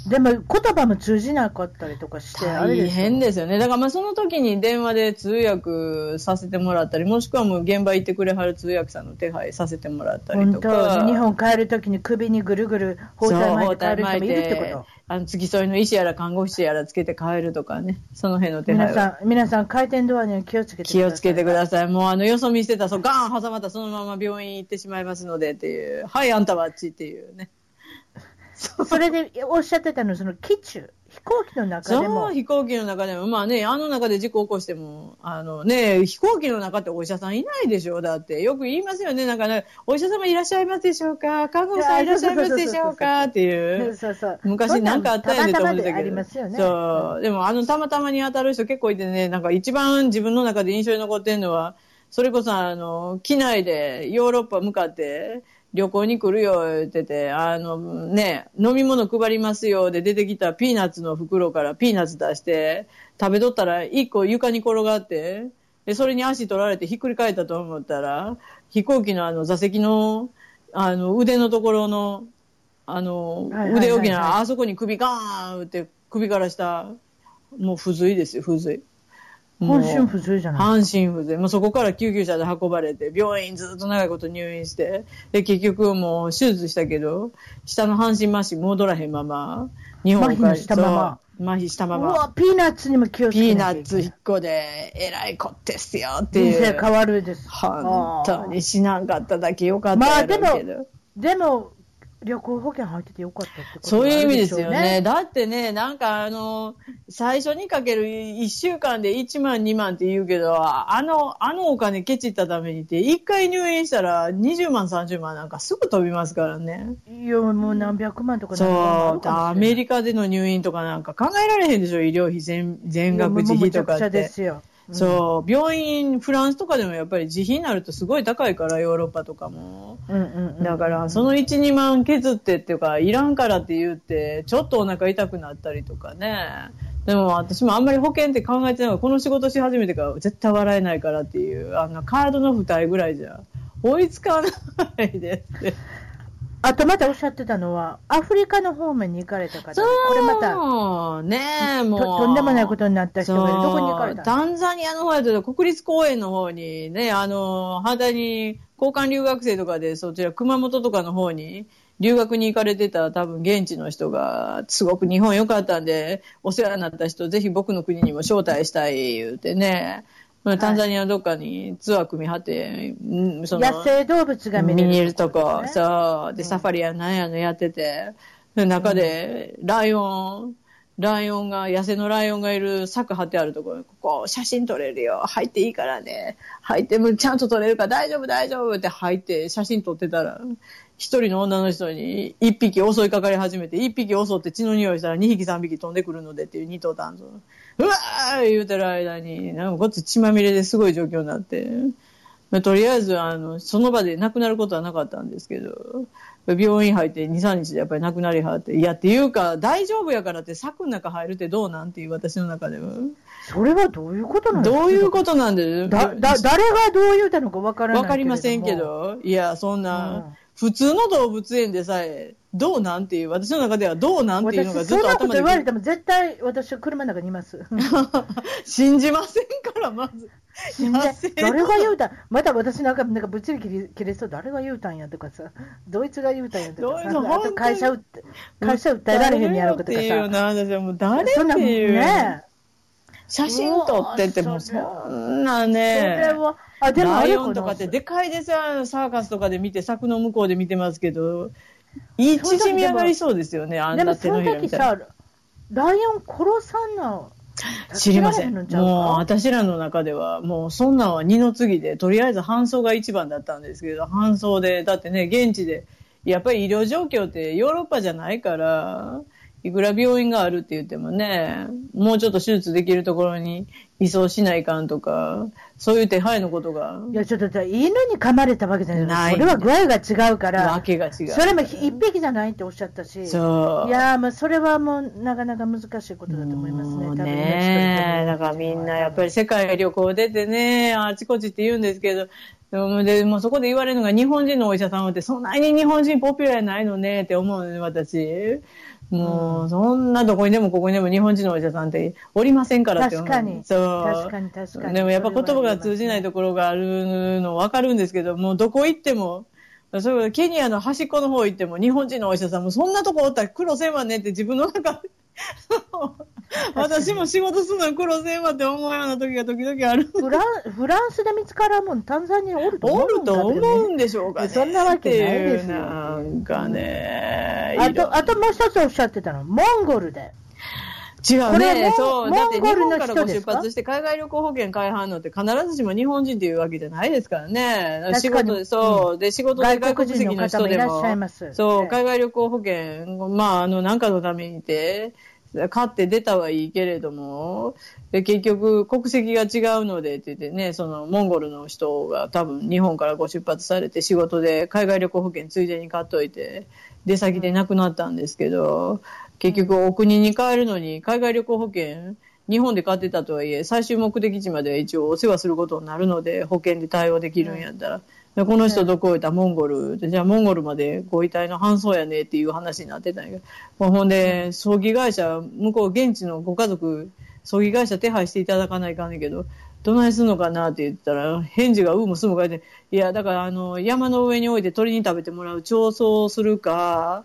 Speaker 1: でも言葉も通じなかったりとかして、あれ
Speaker 2: 大
Speaker 1: ですよ
Speaker 2: 変ですよね。だからまあその時に電話で通訳させてもらったり、もしくはもう現場行ってくれはる通訳さんの手配させてもらったり
Speaker 1: 本
Speaker 2: と
Speaker 1: 当
Speaker 2: か。
Speaker 1: 日本帰るときに首にぐるぐる包帯巻いて帰る人もいるって
Speaker 2: そう包帯巻い
Speaker 1: こと
Speaker 2: あの付き添いの医師やら看護師やらつけて帰るとかね、その辺の手
Speaker 1: 皆
Speaker 2: 配を。
Speaker 1: さん、皆さん、回転ドアには気をつけてく
Speaker 2: 気
Speaker 1: ださい。
Speaker 2: をつけてください。もうあの、よそ見してたら、そう、ガーン挟まったらそのまま病院行ってしまいますのでっていう。はい、あんたはあっちっていうね。
Speaker 1: それでおっしゃってたの、その機中、飛行機の中で
Speaker 2: そ
Speaker 1: も
Speaker 2: う、、飛行機の中でも、まあね、あの中で事故起こしても、あのね、飛行機の中ってお医者さんいないでしょだって、よく言いますよね、なんかね、お医者様いらっしゃいますでしょうか看護婦さんいらっしゃいますでしょうかっていう。
Speaker 1: そうそう
Speaker 2: 昔なんかあったんやで
Speaker 1: た
Speaker 2: と思
Speaker 1: ま
Speaker 2: っ
Speaker 1: まで
Speaker 2: たけど。
Speaker 1: ありますよね。
Speaker 2: そう。でもあのたまたまに当たる人結構いてね、なんか一番自分の中で印象に残ってるのは、それこそあの、機内でヨーロッパ向かって旅行に来るよ言ってて、あのね、飲み物配りますよで出てきたピーナッツの袋からピーナッツ出して、食べとったら一個床に転がって、で、それに足取られてひっくり返ったと思ったら、飛行機のあの座席の、あの腕のところの、あ
Speaker 1: はい
Speaker 2: の
Speaker 1: はいはい、はい
Speaker 2: 腕置きな、あそこに首ガーンって首から下、もう不随ですよ、不随。
Speaker 1: 本心
Speaker 2: 随。
Speaker 1: 不随じゃない。
Speaker 2: 半身不随。もうそこから救急車で運ばれて、病院ずっと長いこと入院して、で、結局もう手術したけど、下の半身麻痺戻らへんまま、日本
Speaker 1: 麻痺のしたまま。
Speaker 2: そう麻痺したま
Speaker 1: う
Speaker 2: ま。
Speaker 1: わ、ピーナッツにも気をつ
Speaker 2: ピ
Speaker 1: け
Speaker 2: ー
Speaker 1: な
Speaker 2: ナ
Speaker 1: きゃい
Speaker 2: ッ
Speaker 1: けな
Speaker 2: ツ
Speaker 1: い
Speaker 2: 1個で、えらいこってっすよって
Speaker 1: 人
Speaker 2: い
Speaker 1: 生
Speaker 2: う。
Speaker 1: 変わるです。
Speaker 2: 本当に死なんかっただけよかった
Speaker 1: まあ
Speaker 2: やろうけど。
Speaker 1: ででも、旅行保険入っててよかったってこと
Speaker 2: そ
Speaker 1: もあ
Speaker 2: ういう意
Speaker 1: る
Speaker 2: 味で
Speaker 1: しょ
Speaker 2: すよね。。だってね、なんかあの、最初にかける1週間で1万2万って言うけど、あの、あのお金ケチったためにって、1回入院したら20万30万なんかすぐ飛びますからね。
Speaker 1: いや、もう何百万とか何百万あ
Speaker 2: そ
Speaker 1: るかも
Speaker 2: う。
Speaker 1: しれない
Speaker 2: アメリカでの入院とかなんか考えられへんでしょ医療費全、全額自
Speaker 1: もう
Speaker 2: 費
Speaker 1: むち
Speaker 2: と
Speaker 1: ゃ
Speaker 2: か
Speaker 1: く
Speaker 2: っ
Speaker 1: ちゃ
Speaker 2: て。
Speaker 1: ですよ。
Speaker 2: そう、病院、フランスとかでもやっぱり自費になるとすごい高いから、ヨーロッパとかも。
Speaker 1: うんうんうん。
Speaker 2: だから、その1、2万削ってっていうか、いらんからって言って、ちょっとお腹痛くなったりとかね。でも私もあんまり保険って考えてないから、この仕事し始めてから絶対笑えないからっていう、あの、カードの負担ぐらいじゃ、追いつかないでって。
Speaker 1: あとまたおっしゃってたのは、アフリカの方面に行かれた方、
Speaker 2: そう
Speaker 1: これまたと
Speaker 2: ねえ、もう。
Speaker 1: とんでもないことになった人
Speaker 2: そう
Speaker 1: がいる、どこに行かれたの
Speaker 2: タンザニアの方やと国立公園の方にね、あの、反対に交換留学生とかで、そちら熊本とかの方に留学に行かれてた多分現地の人が、すごく日本良かったんで、お世話になった人、ぜひ僕の国にも招待したい言うてね、まあタンザニアのどっかにツアー組み張って、うん、その、
Speaker 1: 野生動物が見
Speaker 2: 見に
Speaker 1: れ
Speaker 2: い
Speaker 1: る
Speaker 2: るとこ、
Speaker 1: ね
Speaker 2: そう。で、サファリやなんやのやってて、で中で、ライオン、ライオンが、野生のライオンがいる柵張ってあるところに、ここ、写真撮れるよ。入っていいからね。入っても、ちゃんと撮れるから大丈夫、大丈夫って入って、写真撮ってたら、一人の女の人に一匹襲いかかり始めて、一匹襲って血の匂いしたら二匹三匹飛んでくるのでっていう二頭団ぞ。うわー言うてる間に、なんかこっち血まみれですごい状況になって。まあとりあえずあの、その場で亡くなることはなかったんですけど、病院入って2、3日でやっぱり亡くなりはって、いやっていうか、大丈夫やからって柵の中入るってどうなんっていう私の中では。
Speaker 1: それはどういうことなんですか
Speaker 2: どういうことなんで
Speaker 1: だだ誰がどう言うたのかわからない
Speaker 2: わかりませんけど、いや、そん
Speaker 1: うん
Speaker 2: な、普通の動物園でさえ、どうなんっていう、私の中ではどうなんっていうのが
Speaker 1: 私、そ
Speaker 2: ずっ
Speaker 1: ん
Speaker 2: と
Speaker 1: なこと
Speaker 2: 頭で
Speaker 1: 言われても絶対私は車の中にいます。
Speaker 2: [laughs] 信じませんから、まず。
Speaker 1: 死んで
Speaker 2: 野生の
Speaker 1: 誰が言うたんまた私なんか、なんかぶっちり切れ切れそう、誰が言うたんやとかさ、ドイツが言うたんやとか
Speaker 2: ドイツ
Speaker 1: さ、あ
Speaker 2: 本当
Speaker 1: と
Speaker 2: に
Speaker 1: 会社訴え会社訴えられへんやろうかとか
Speaker 2: 誰っていう
Speaker 1: さ、
Speaker 2: なんですよ、もう誰って
Speaker 1: そんなもん
Speaker 2: いう。
Speaker 1: ね。
Speaker 2: 写真撮ってって
Speaker 1: う
Speaker 2: も、
Speaker 1: わ
Speaker 2: そんな
Speaker 1: そ
Speaker 2: ね。
Speaker 1: れは、あ、でもあ
Speaker 2: ラ
Speaker 1: れ
Speaker 2: イ
Speaker 1: か
Speaker 2: オ
Speaker 1: な
Speaker 2: ンとかってでかいですよ、あのサーカスとかで見て、柵の向こうで見てますけど、いい縮み上がりそうですよね、あん
Speaker 1: でも
Speaker 2: な
Speaker 1: そ
Speaker 2: 手の
Speaker 1: の
Speaker 2: ひらみ
Speaker 1: 時
Speaker 2: たいな。
Speaker 1: さ、ライオン殺さんの
Speaker 2: 知りませ
Speaker 1: 知
Speaker 2: ん。
Speaker 1: らへんの
Speaker 2: もう
Speaker 1: ちゃうか
Speaker 2: 私らの中では、もうそんなんは二の次で、とりあえず搬送が一番だったんですけど、搬送で、だってね、現地で、やっぱり医療状況ってヨーロッパじゃないから、いくら病院があるって言ってもね、もうちょっと手術できるところに移送しないかんとか、そういう手配のことが、
Speaker 1: いや、ちょっと、じゃあ犬に噛まれたわけじゃない。
Speaker 2: ない
Speaker 1: それは具合が違うから。
Speaker 2: わけが違う。
Speaker 1: それも一匹じゃないっておっしゃったし。
Speaker 2: そう。
Speaker 1: いやー、まあ、それはもう、なかなか難しいことだと思いますね。
Speaker 2: も
Speaker 1: 多
Speaker 2: う
Speaker 1: 分
Speaker 2: ねだからみんなやっぱり世界旅行出てね、あちこちって言うんですけど、でもでもうそこで言われるのが日本人のお医者さんはってそんなに日本人ポピュラーやないのねって思うのね、私。もう、そんなどこにでもここにでも日本人のお医者さんっておりませんからって思う。
Speaker 1: 確かに
Speaker 2: そう。
Speaker 1: 確かに確かに
Speaker 2: でもやっぱ言葉が通じないところがあるの分かるんですけど、もうどこ行っても、そういうことケニアの端っこの方行っても、日本人のお医者さんも、そんなとこおったら苦労せんわねって自分の中 [laughs] で。私も仕事するのに苦労せんわって思うような時が時々ある。
Speaker 1: フランフランスで見つからんもん、タンザニアおると思
Speaker 2: お
Speaker 1: う
Speaker 2: る
Speaker 1: ん
Speaker 2: と
Speaker 1: だけ
Speaker 2: 思
Speaker 1: ど
Speaker 2: う
Speaker 1: ね
Speaker 2: んでしょうかね。
Speaker 1: そんなわけないですよ
Speaker 2: ってうなんかね。
Speaker 1: あ
Speaker 2: いろ
Speaker 1: と、あともう一つおっしゃってたの。モンゴルで。
Speaker 2: 違う
Speaker 1: これ
Speaker 2: ね
Speaker 1: モン。
Speaker 2: そう。だって日
Speaker 1: モンゴルの
Speaker 2: 本からご
Speaker 1: 人で
Speaker 2: 出
Speaker 1: すか
Speaker 2: 発して海外旅行保険開販のって必ずしも日本人っていうわけじゃないですからね。
Speaker 1: かに
Speaker 2: 仕事で、そう。で、仕事で
Speaker 1: 外
Speaker 2: 外
Speaker 1: 国人
Speaker 2: 国籍
Speaker 1: の
Speaker 2: の
Speaker 1: 方も
Speaker 2: 人
Speaker 1: い
Speaker 2: で
Speaker 1: らっ
Speaker 2: も
Speaker 1: しゃいます。
Speaker 2: そ
Speaker 1: え
Speaker 2: う、
Speaker 1: え
Speaker 2: 海外旅行保険、まあ、あの、なんかのためにて、買って出たはいいけれども、で結局、国籍が違うのでって言ってね、その、モンゴルの人が多分日本からご出発されて仕事で海外旅行保険ついでに買っといて、出先で亡くなったんですけど、結局お国に帰るのに海外旅行保険、日本で買ってたとはいえ、最終目的地までは一応お世話することになるので、保険で対応できるんやったら、でこの人どこ行ったモンゴルでじゃあモンゴルまでご遺体の搬送やねっていう話になってたんやけど、まあほんで、葬儀会社、向こう現地のご家族、葬儀会社手配していただかないかんねんけど、どないすんのかなって言ったら、返事がうむすむ書いて、いや、だからあの、山の上に置いて鳥に食べてもらう調装をするか、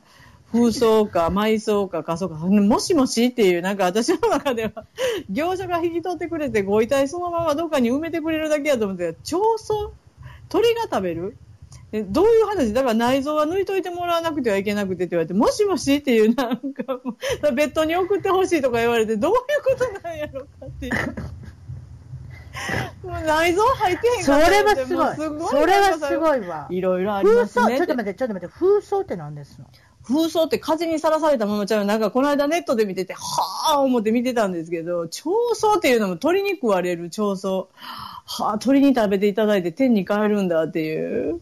Speaker 2: 風葬か、埋葬か、火葬か、もしもしっていう、なんか私の中では、業者が引き取ってくれて、ご遺体そのままどっかに埋めてくれるだけやと思って、調装鳥が食べるえどういう話だから内臓は抜いといてもらわなくてはいけなくてって言われて、もしもしっていう、なんかもう、ベッドに送ってほしいとか言われて、どういうことなんやろうかっていう。もう内臓入ってへん
Speaker 1: そ
Speaker 2: かった
Speaker 1: れ
Speaker 2: ん
Speaker 1: は
Speaker 2: ですもう
Speaker 1: ごい。それはすごいわ。
Speaker 2: いろいろあり
Speaker 1: 風
Speaker 2: ます
Speaker 1: 葬、
Speaker 2: ね
Speaker 1: ちょっと待って、ちょっと待って、風葬って何ですの
Speaker 2: 風葬って風にさらされたままちゃうなんかこの間ネットで見てて、はぁ思って見てたんですけど、長僧っていうのも鳥に食われる長僧。はぁ、鳥に食べていただいて天に帰るんだっていう。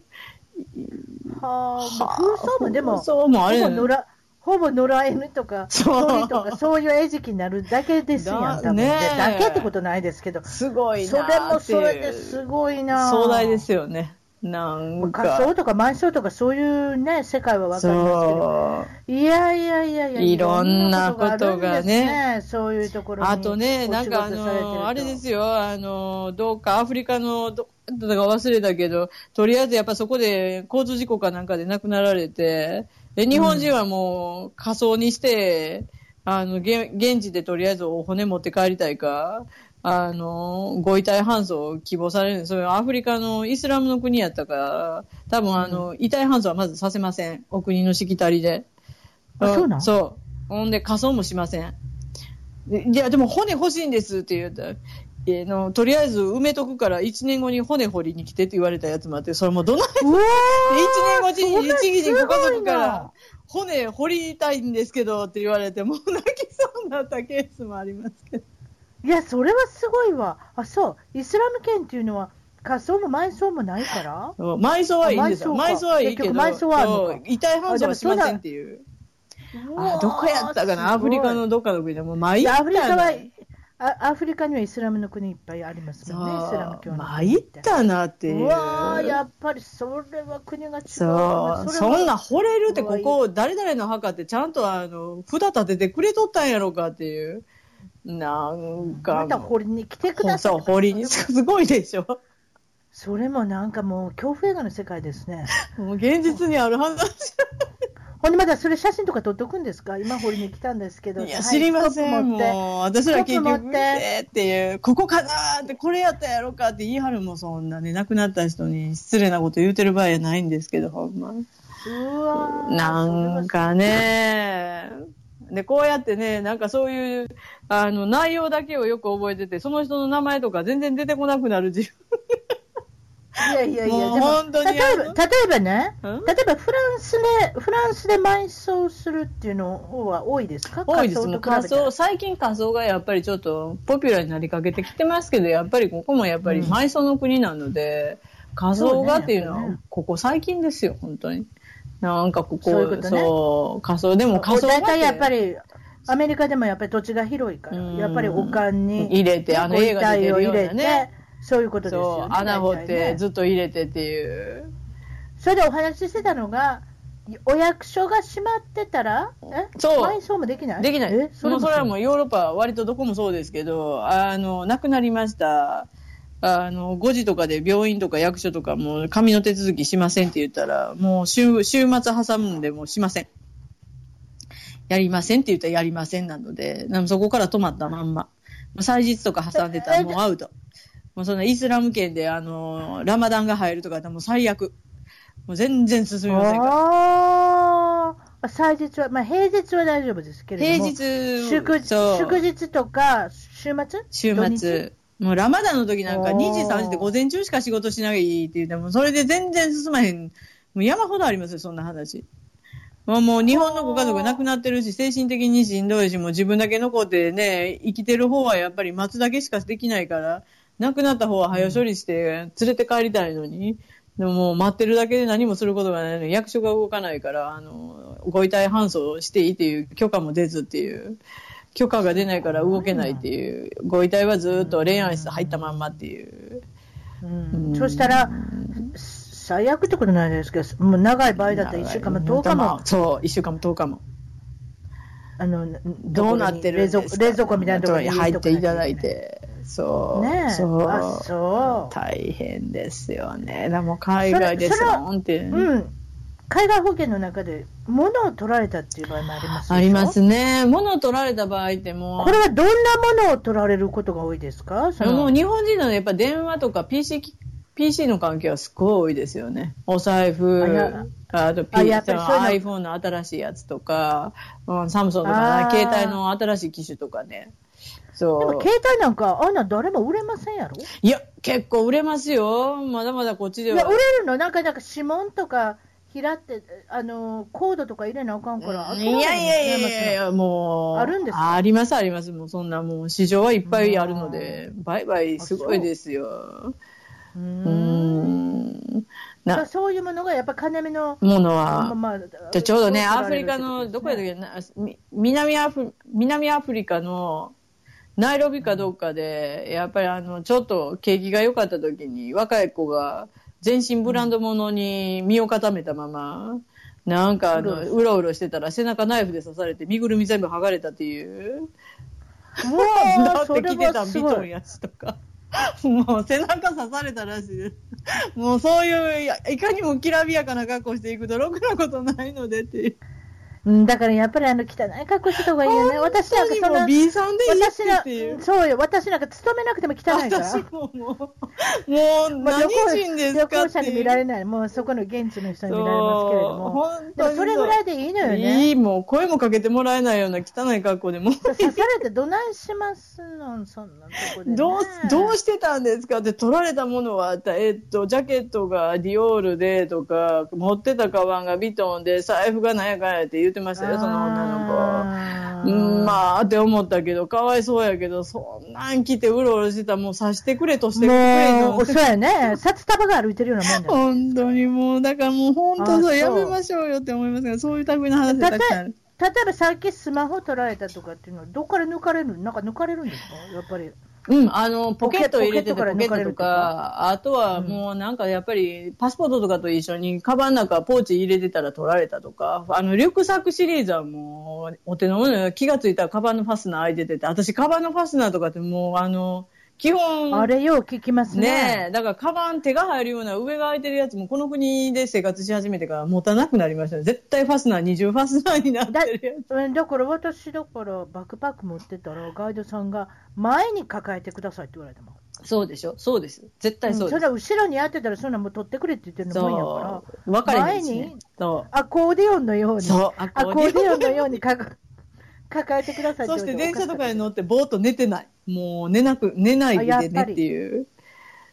Speaker 1: はあ、まあ風葬もでも、
Speaker 2: 風葬もあれ
Speaker 1: ほ
Speaker 2: や
Speaker 1: ぼ
Speaker 2: ね
Speaker 1: 野良、ほぼ野良犬とか、
Speaker 2: そう
Speaker 1: 鳥とか、そういう餌食になるだけですやん、
Speaker 2: だ
Speaker 1: 多分ね
Speaker 2: ねえ
Speaker 1: だけってことないですけど、
Speaker 2: すごい
Speaker 1: そ
Speaker 2: な
Speaker 1: れ
Speaker 2: ー
Speaker 1: も
Speaker 2: って
Speaker 1: それ
Speaker 2: い
Speaker 1: で
Speaker 2: う。
Speaker 1: すごいな。
Speaker 2: 壮大で。すよね。なん
Speaker 1: 仮
Speaker 2: か。
Speaker 1: 想とか満床とかそういうね、世界はわかりますけど。
Speaker 2: そう。
Speaker 1: いやいやいやいや、
Speaker 2: いろんなこと
Speaker 1: いろんなこがある
Speaker 2: がね
Speaker 1: んですね。そういうところに
Speaker 2: あとね、なんかあ
Speaker 1: お仕事されてる
Speaker 2: の
Speaker 1: と
Speaker 2: ー、あれですよ、あのー、どうかアフリカのど、だか忘れたけど、とりあえずやっぱそこで交通事故かなんかで亡くなられて、で、日本人はもう仮装にして、あの、げ現地でとりあえずお骨持って帰りたいか、あのー、ご遺体搬送を希望される。それはアフリカのイスラムの国やったから、多分あの、遺体搬送はまずさせません。お国のしきたりで。
Speaker 1: あそうなん
Speaker 2: そう。ほんで、仮装もしません。でいや、でも骨欲しいんですって言うたら、えーの、とりあえず埋めとくから1年後に骨掘りに来てって言われたやつもあって、それもどないで
Speaker 1: うわ
Speaker 2: 1年後に、一義にご家
Speaker 1: すごい
Speaker 2: 族か
Speaker 1: な
Speaker 2: ら骨掘りたいんですけどって言われて、もう泣きそうになったケースもありますけど。
Speaker 1: ーいや、それはすごいわ。あ、そう。イスラム圏っていうのは、仮想も埋葬もないから
Speaker 2: 埋葬はいいんですよ。
Speaker 1: あ埋
Speaker 2: 埋
Speaker 1: 葬
Speaker 2: 葬
Speaker 1: か
Speaker 2: はいいけど、
Speaker 1: 結局埋葬はあるのか
Speaker 2: そう遺体搬送はしませんっていう。あ、どこやったかなアフリカ。のどっかの国でもう参
Speaker 1: い
Speaker 2: っ
Speaker 1: や
Speaker 2: た
Speaker 1: アフリカ
Speaker 2: な
Speaker 1: は、あアフリカにはイスラムの国いっぱいあります
Speaker 2: そ
Speaker 1: もんね、イスラム教
Speaker 2: う
Speaker 1: の
Speaker 2: 参
Speaker 1: 国
Speaker 2: ってたなってい
Speaker 1: う
Speaker 2: う
Speaker 1: わー、やっぱりそれは国が違う
Speaker 2: そう、
Speaker 1: れは
Speaker 2: そんな掘れるって、
Speaker 1: うわ
Speaker 2: ここ、誰々の墓って、ちゃんとあの札立ててくれとったんやろかっていう、なんか
Speaker 1: ま、た掘りに来てください
Speaker 2: そう掘
Speaker 1: [laughs]
Speaker 2: りに、すごいでしょ、
Speaker 1: それもなんかもう恐怖映画の世界ですね。 [laughs]
Speaker 2: もう現実にある話、
Speaker 1: ほんでまだそれ写真とか撮っとくんですか今掘りに来たんですけど。
Speaker 2: いや、知りません、
Speaker 1: はいスコップ持って
Speaker 2: もう、私ら結
Speaker 1: スコップ持
Speaker 2: 局、
Speaker 1: って
Speaker 2: えーっていう、ここかなーって、これやったやろかって言い張るもん、そんなね、亡くなった人に失礼なこと言うてる場合やないんですけど、ほんま。
Speaker 1: うわー
Speaker 2: なんかね、で、こうやってね、なんかそういう、あの、内容だけをよく覚えてて、その人の名前とか全然出てこなくなる自
Speaker 1: いやいやいや、
Speaker 2: もう
Speaker 1: でも
Speaker 2: 本当に
Speaker 1: 例えば、
Speaker 2: あ
Speaker 1: 例
Speaker 2: の
Speaker 1: えばね、
Speaker 2: うん
Speaker 1: 例えばフランスで、フランスで埋葬するっていうの方は多いですか
Speaker 2: 多いですもん
Speaker 1: 仮想と比べ
Speaker 2: 仮
Speaker 1: たら
Speaker 2: 想最近仮想がやっぱりちょっとポピュラーになりかけてきてますけどやっぱりここもやっぱり埋葬の国なので、仮想がっていうの
Speaker 1: そう
Speaker 2: は
Speaker 1: ね
Speaker 2: ここ最近ですよ本当になんかここ
Speaker 1: そういうことね
Speaker 2: そう仮想でも仮想が
Speaker 1: 大体やっぱり、アメリカでもやっぱり土地が広いから、
Speaker 2: うん
Speaker 1: やっぱりお金
Speaker 2: 入
Speaker 1: に、
Speaker 2: れてあの
Speaker 1: ご遺
Speaker 2: 映画で
Speaker 1: 体
Speaker 2: 出
Speaker 1: を
Speaker 2: るよ
Speaker 1: 入
Speaker 2: う
Speaker 1: れ
Speaker 2: な
Speaker 1: て、
Speaker 2: ね
Speaker 1: そういうことです
Speaker 2: そ
Speaker 1: よね。
Speaker 2: う穴掘っ
Speaker 1: 大体
Speaker 2: て
Speaker 1: ね
Speaker 2: ずっと入れてっていう
Speaker 1: それでお話ししてたのが、お役所が閉まってたら、え
Speaker 2: そう
Speaker 1: 埋葬もできない
Speaker 2: できない
Speaker 1: えそれ
Speaker 2: もうそれはも
Speaker 1: う。
Speaker 2: うヨーロッパは割とどこもそうですけどあの亡くなりましたあの5時とかで病院とか役所とかもう紙の手続きしませんって言ったらもう週週末挟むんでもうしませんやりませんって言ったらやりませんなのででもそこから止まったまんまもう祭日とか挟んでたらもうアウトもうそんなイスラム圏であのラマダンが入るとかだったらもう最悪もう全然進みませんから
Speaker 1: ああ、祭日は、まあ平日は大丈夫ですけれ
Speaker 2: 平
Speaker 1: ども。
Speaker 2: 日
Speaker 1: 祝日
Speaker 2: そう
Speaker 1: 祝日とか週末
Speaker 2: 週
Speaker 1: 土日
Speaker 2: 末。もうラマダンの時なんか
Speaker 1: おー
Speaker 2: 2時3時で午前中しか仕事しないって言っても、それで全然進まへん。もう山ほどありますよ、そんな話。もうもう日本のご家族亡くなってるし、精神的にしんどいし、もう自分だけ残ってね、生きてる方はやっぱり待つだけしかできないから、亡くなった方は早処理して連れて帰りたいのに、でももう待ってるだけで何もすることがないのに、役所が動かないから、あの、ご遺体搬送していいっていう許可も出ずっていう。許可が出ないから動けないっていう、ご遺体はずっと恋愛室入ったまんまっていう。
Speaker 1: うんそしたら、最悪ってことないですけど、もう長い場合だったら1週間も10日も、
Speaker 2: そう、1週間も10日も。
Speaker 1: あの
Speaker 2: どうなってるん
Speaker 1: 冷蔵
Speaker 2: です
Speaker 1: 庫
Speaker 2: か
Speaker 1: 冷蔵庫みたいなところに
Speaker 2: 入っていただい。て。そう。
Speaker 1: ねえ、
Speaker 2: そう
Speaker 1: あそう。
Speaker 2: 大変ですよね。でも海外で
Speaker 1: それ
Speaker 2: すもんって。
Speaker 1: うん、海外保険の中で、物を取られたっていう場合もありますでしょ
Speaker 2: ありますね。物を取られた場合ってもう
Speaker 1: これはどんなものを取られることが多いですかそ
Speaker 2: も
Speaker 1: の
Speaker 2: う日本人なのでやっぱ電話とか PC き PC の関係はすごい多いですよね。お財
Speaker 1: あい
Speaker 2: 布
Speaker 1: や、
Speaker 2: あと
Speaker 1: あ
Speaker 2: P
Speaker 1: やっぱりそういう
Speaker 2: iPhone の新しいやつとか、うん、サムソンとか
Speaker 1: あー
Speaker 2: 携帯の新しい機種とかね。
Speaker 1: で
Speaker 2: そ
Speaker 1: も
Speaker 2: う。
Speaker 1: 携帯なんか、あんな誰も売れませんやろ
Speaker 2: いや、結構売れますよ。まだまだこっちで
Speaker 1: いや
Speaker 2: は。
Speaker 1: 折れるのなんかなんか指紋とか平ってあのコードとか入れなあかんから、あ
Speaker 2: い
Speaker 1: そ
Speaker 2: や
Speaker 1: うな
Speaker 2: い
Speaker 1: の
Speaker 2: やいやいやいや、もう。
Speaker 1: あるんですか
Speaker 2: ありますあります。もうそんなもう市場はいっぱいあるので、売買すごいですよ。
Speaker 1: うー
Speaker 2: う
Speaker 1: ん
Speaker 2: ん。
Speaker 1: だから
Speaker 2: な、
Speaker 1: そういうものがやっぱ金目の
Speaker 2: ものは。
Speaker 1: まあまあ
Speaker 2: じゃあちょうどね、
Speaker 1: 取
Speaker 2: ア
Speaker 1: ら
Speaker 2: フ
Speaker 1: れ
Speaker 2: リ
Speaker 1: るって
Speaker 2: カ
Speaker 1: こと
Speaker 2: の、
Speaker 1: ですね
Speaker 2: どこやったっけな、み南アフ、南アフリカの、ナイロビかどうかで、やっぱりあの、ちょっと景気が良かった時に、若い子が全身ブランド物に身を固めたまま、なんかあの、うろうろしてたら背中ナイフで刺されて、身ぐるみ全部剥がれたっていう。
Speaker 1: も
Speaker 2: [laughs]
Speaker 1: うも
Speaker 2: だ
Speaker 1: う
Speaker 2: って
Speaker 1: そ
Speaker 2: 着て
Speaker 1: れ
Speaker 2: た
Speaker 1: は
Speaker 2: ビ
Speaker 1: す
Speaker 2: ト
Speaker 1: ご
Speaker 2: ン
Speaker 1: い
Speaker 2: やつとか。 [laughs] もう背中刺されたらしいです。もうそういう、いやいかにもきらびやかな格好していくと、ろくなことないのでっていう。
Speaker 1: うんだからやっぱりあの汚い格好してた方がいいよね私なんかそん
Speaker 2: も
Speaker 1: な
Speaker 2: う B さんでいい
Speaker 1: 私
Speaker 2: ってっていう
Speaker 1: な。そうよ私なんか勤めなくても汚いから
Speaker 2: 私ももう、もう
Speaker 1: まあ
Speaker 2: 何人です
Speaker 1: 旅
Speaker 2: か
Speaker 1: 行
Speaker 2: って
Speaker 1: 者
Speaker 2: いう。
Speaker 1: に見られないもうそこの現地の人に見られますけれども
Speaker 2: そう
Speaker 1: でもそれぐらいでいいのよね
Speaker 2: いい、もう声もかけてもらえないような汚い格好でもう。
Speaker 1: 刺されてどないしますのそんなとこで、ね、
Speaker 2: どう、どうしてたんですかって、取られたものは、えっと、ジャケットがディオールでとか、持ってたカバンがビトンで、財布がなんやかんやって言ってましたよ、その女の子。
Speaker 1: 女
Speaker 2: うん、
Speaker 1: あ
Speaker 2: まあ、って思ったけど、かわいそうやけど、そんなん来てうろうろしてたらもう刺してくれとしてくれ
Speaker 1: ー。
Speaker 2: の
Speaker 1: もう、そうやね。札束が歩いてるようなもんだ
Speaker 2: [laughs]
Speaker 1: よ。
Speaker 2: 本当にもう、だからもう本当
Speaker 1: あ
Speaker 2: そ、
Speaker 1: そうう
Speaker 2: やめましょうよって思いますが、そういう類の話がたくさんある。
Speaker 1: 例えばさっきスマホ取られたとかっていうのは、どこから抜かれるなんか抜かれるんですかやっぱり。
Speaker 2: うん、あの、ポケット入れてて、
Speaker 1: ポケッ
Speaker 2: ポ
Speaker 1: ト
Speaker 2: ケッ
Speaker 1: か
Speaker 2: ト
Speaker 1: ら抜かれ
Speaker 2: と
Speaker 1: ると
Speaker 2: か、
Speaker 1: か
Speaker 2: あとはもうなんかやっぱり、パスポートとかと一緒に、カバンの中ポーチ入れてたら取られたとか、あの、リュックサックシリーズはもう、お手の物よ気がついたらカバンのファスナー開いててて、私カバンのファスナーとかってもう、あの、基本、
Speaker 1: あれよう聞きます
Speaker 2: ね
Speaker 1: ね。
Speaker 2: え、だからカバン手が入るような上が開いてるやつもこの国で生活し始めてから持たなくなりましたね。絶対ファスナー、二重ファスナーになって [laughs]
Speaker 1: だ
Speaker 2: るやつ。
Speaker 1: うんだから私、だからバックパック持ってたら、ガイドさんが前に抱えてくださいって言われたもん。
Speaker 2: そうでしょそうです。絶対そう
Speaker 1: そ
Speaker 2: で
Speaker 1: れ
Speaker 2: す。
Speaker 1: は後ろにあってたら、そんなもう取ってくれって言ってるのもんやか
Speaker 2: そう。分かれへんし
Speaker 1: 前
Speaker 2: ね
Speaker 1: に。
Speaker 2: そう。
Speaker 1: ら、アコーディオンのように、
Speaker 2: そう
Speaker 1: アコーディオンのようにかか抱えてくださいっ
Speaker 2: そ
Speaker 1: て
Speaker 2: して
Speaker 1: 言われ
Speaker 2: 電
Speaker 1: たら
Speaker 2: 車とかに乗ってぼーっと寝てない。もう寝なく、寝ないでねっていう。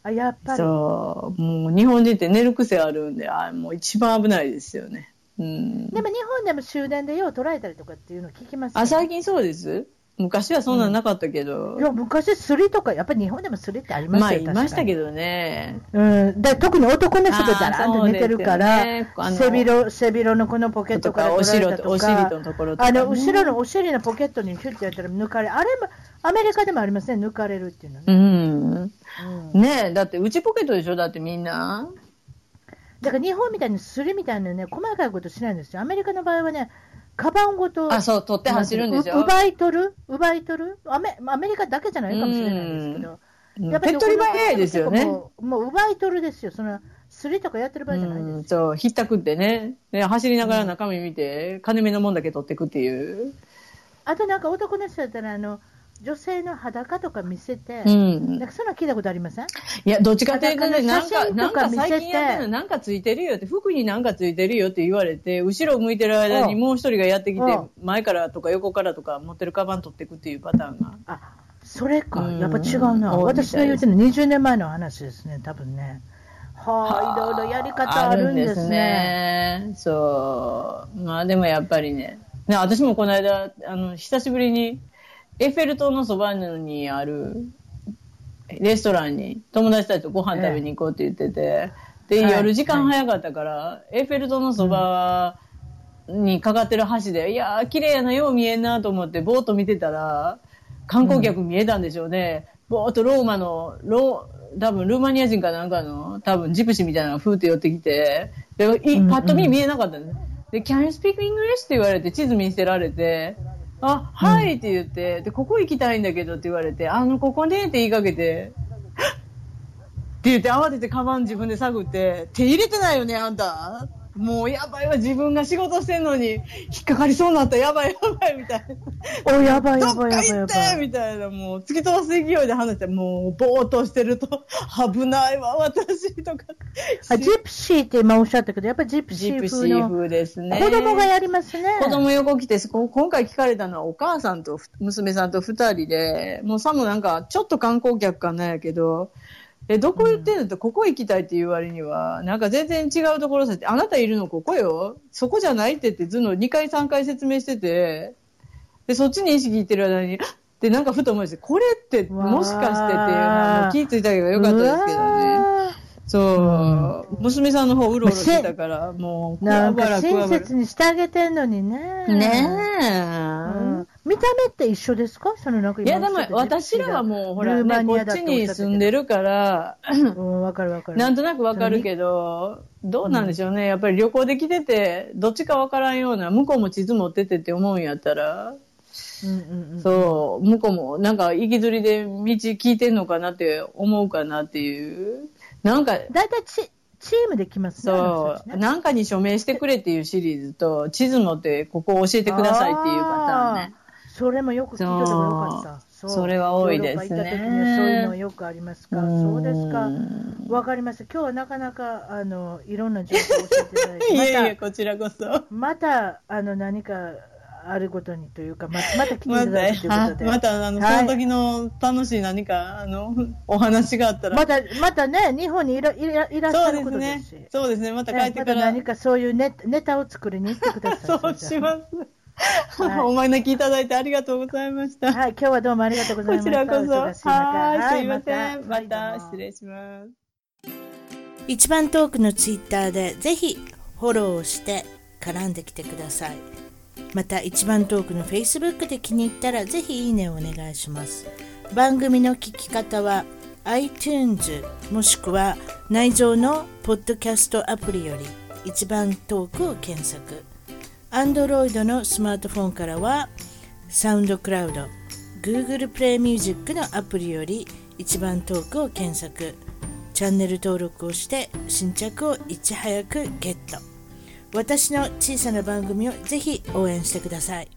Speaker 1: あ、やっぱり。
Speaker 2: そう、もう日本人って寝る癖あるんで、あもう一番危ないですよね。うん。
Speaker 1: でも日本でも終電でよう取られたりとかっていうの聞きますよ
Speaker 2: あ、最近そうです昔はそんなんなかったけど、
Speaker 1: いや、昔すりとか、やっぱり日本でもすりってありますよ
Speaker 2: まあ、いましたけ
Speaker 1: ど。
Speaker 2: どね。
Speaker 1: うん。で、特に男の人がだらーんと寝てるから、
Speaker 2: あーそうです
Speaker 1: 背
Speaker 2: よね
Speaker 1: 広、背広のこのポケッ
Speaker 2: と
Speaker 1: トから
Speaker 2: か、お
Speaker 1: 取
Speaker 2: 尻
Speaker 1: られた
Speaker 2: と、
Speaker 1: と
Speaker 2: お尻
Speaker 1: か、
Speaker 2: のところとか
Speaker 1: あ
Speaker 2: ね、
Speaker 1: の、後ろのお尻のポケットにヒュッてやったら抜かれ、あれも、アメリカでもありません、抜かれるっていうの
Speaker 2: う
Speaker 1: ね。
Speaker 2: ん。
Speaker 1: うん
Speaker 2: ねえ、だって内ポケットでしょだってみんな。
Speaker 1: だから日本みたいにすりみたいなね、細かいことしないんですよ。アメリカの場合はね、カバンごと、
Speaker 2: あ、そう、取って走るんです
Speaker 1: う
Speaker 2: よ。
Speaker 1: 奪い取る奪い取るアメアメリカだけじゃないかもしれないですけど。
Speaker 2: うん
Speaker 1: やっぱ
Speaker 2: 手
Speaker 1: り
Speaker 2: っ取り早いですよね。
Speaker 1: もうもう奪い取るですよ。その、すりとかやってる場合じゃないですよ
Speaker 2: うん、そう、ひったくってね。ね走りながら中身見て、金目のもんだけ取ってくっていう。
Speaker 1: あとなんか男の人だったらあの女性の裸とか見せて、
Speaker 2: うん
Speaker 1: なん。かそんなの聞いたことありません
Speaker 2: いや、どっちかというとね、
Speaker 1: な
Speaker 2: なんん
Speaker 1: か
Speaker 2: か、
Speaker 1: 写真
Speaker 2: な
Speaker 1: と
Speaker 2: ん
Speaker 1: か
Speaker 2: か
Speaker 1: 見せて
Speaker 2: 最近やってるの、なんかついてるよって、服になんかついてるよって言われて、後ろ向いてる間にもう一人がやってきて
Speaker 1: うん、
Speaker 2: 前からとか横からとか持ってるカバン取ってくっていうパターンが。
Speaker 1: あそれか、
Speaker 2: うん
Speaker 1: やっぱ違うな、
Speaker 2: 多いみたいです
Speaker 1: 私が言うてるの20年前の話ですね、多分ね。はあ、いろいろやり方あるんですね。
Speaker 2: あるんですねそう。まあでもやっぱりね。ね私もこの間、あの、久しぶりに、エッフェル塔のそばにあるレストランに友達たちとご飯食べに行こうって言ってて、で、
Speaker 1: はい
Speaker 2: 夜時間早かったから、エッフェル塔のそばにかかってる橋で、いやー、綺麗やな、よう見えんなと思って、ぼーっと見てたら、観光客見えたんでしょうね。ぼーっとローマの、ロー、多分ルーマニア人かなんかの、多分ジプシーみたいなのがふーって寄ってきて、で、いパッと見見えなかったんです。で、Can you speak English? って言われて、地図見せられて、あ、はいって言って、で、ここ行きたいんだけどって言われて、あの、ここねって言いかけて、って言って慌ててカバン自分で探って、手入れてないよね、あんた。もうやばいわ、自分が仕事してんのに、引っかかりそうになった、やばいやばい、みたいな。
Speaker 1: お、やばいや
Speaker 2: ど
Speaker 1: ば
Speaker 2: っ
Speaker 1: いや
Speaker 2: か
Speaker 1: ばい
Speaker 2: 行
Speaker 1: や
Speaker 2: っ
Speaker 1: ば
Speaker 2: て
Speaker 1: い。
Speaker 2: みたいな、もう突き飛ばす勢いで話して、もうぼーっとしてると、 [laughs] 危ないわ、私とか。
Speaker 1: あジプシーって今おっしゃったけど、やっぱりジプシ
Speaker 2: ジ
Speaker 1: ー
Speaker 2: プシ
Speaker 1: 風
Speaker 2: ー
Speaker 1: の
Speaker 2: 風ですね。
Speaker 1: 子供がやりますね。
Speaker 2: 子供横来て、こ今回聞かれたのはお母さんとふ娘さんと二人で、もうさもなんか、ちょっと観光客かなんやけど、え、どこ行ってんのって、ここ行きたいって言う割には、なんか全然違うところさって、あなたいるのここよそこじゃないって言って、ずの2回3回説明してて、で、そっちに意識いってる間に、はっで、なんかふと思いまして、これって、もしかしてっていうのは、もう気ぃついたけどよかったですけどね
Speaker 1: う。わ
Speaker 2: そう、娘さんの方うろうろしてたから、もう、
Speaker 1: ーなん
Speaker 2: くわば
Speaker 1: から
Speaker 2: くわ
Speaker 1: 親
Speaker 2: ばら
Speaker 1: 切にしてあげてんのにね。
Speaker 2: ねえ、
Speaker 1: うん見た目って一緒ですかそのなんか
Speaker 2: いや、で
Speaker 1: おっしゃった
Speaker 2: も私らはもう、ほら、
Speaker 1: ルーマ
Speaker 2: ね、
Speaker 1: ニ
Speaker 2: こ
Speaker 1: ア
Speaker 2: っ
Speaker 1: だって
Speaker 2: ち
Speaker 1: おっしゃってたけど
Speaker 2: に住んでるから、
Speaker 1: うん、わかるわかる。
Speaker 2: なんとなくわかるけど、どうなんでしょうね。やっぱり旅行できてて、どっちかわからんような、向こうも地図持っててって思うんやったら、
Speaker 1: うんうんうん、
Speaker 2: そう、向こうもなんか行きずりで道聞いてんのかなって思うかなっていう。なんか、
Speaker 1: 大体チチームで来ますね。
Speaker 2: そ
Speaker 1: 私たち
Speaker 2: う、
Speaker 1: ね
Speaker 2: なんかに署名してくれっていうシリーズと、地図持ってここ教えてくださいっていうパターンね。
Speaker 1: あーそれもよく聞いたとこよかった。
Speaker 2: そうそれは多いで
Speaker 1: ヨ
Speaker 2: すね
Speaker 1: ーロッパ行った時にはそういうのよくありますから、そうですか。わかりました。今日はなかなか、あの、いろんな情報を教えていただいて、
Speaker 2: [laughs] い
Speaker 1: ま
Speaker 2: やい
Speaker 1: た
Speaker 2: や、、こちらこそ。
Speaker 1: また、あの、何かあることにというか、
Speaker 2: [laughs]
Speaker 1: ままた来てい
Speaker 2: ま
Speaker 1: た
Speaker 2: た
Speaker 1: だくということで。
Speaker 2: またあの、
Speaker 1: はい
Speaker 2: その時の楽しい何かあのお話があったら、
Speaker 1: また、またね、日本にいらいらいらっしゃ
Speaker 2: そう
Speaker 1: る
Speaker 2: で
Speaker 1: こ
Speaker 2: す
Speaker 1: とですし。
Speaker 2: ねそうですねまた
Speaker 1: ね
Speaker 2: 帰ってか
Speaker 1: また
Speaker 2: ら、
Speaker 1: 何かそういうネネタを作りに行ってください。
Speaker 2: [laughs] そうします、
Speaker 1: はい
Speaker 2: [laughs] お招きいただいてありがとうございました、
Speaker 1: はい、今日はどうもありがとうございま
Speaker 2: こ
Speaker 1: し
Speaker 2: ち
Speaker 1: た。
Speaker 2: らこそ
Speaker 1: お忙しい中
Speaker 2: は
Speaker 1: はいい
Speaker 2: すいませんま
Speaker 1: は
Speaker 2: た
Speaker 1: いどうも
Speaker 2: 失礼します
Speaker 3: 一番トークのツイッターでぜひフォローをして絡んできてくださいまた一番トークの Facebook で気に入ったらぜひいいねをお願いします番組の聞き方は iTunes もしくは内蔵のポッドキャストアプリより一番トークを検索 Android のスマートフォンからはサウンドクラウド Google プレイミュージックのアプリより一番トークを検索チャンネル登録をして新着をいち早くゲット私の小さな番組をぜひ応援してください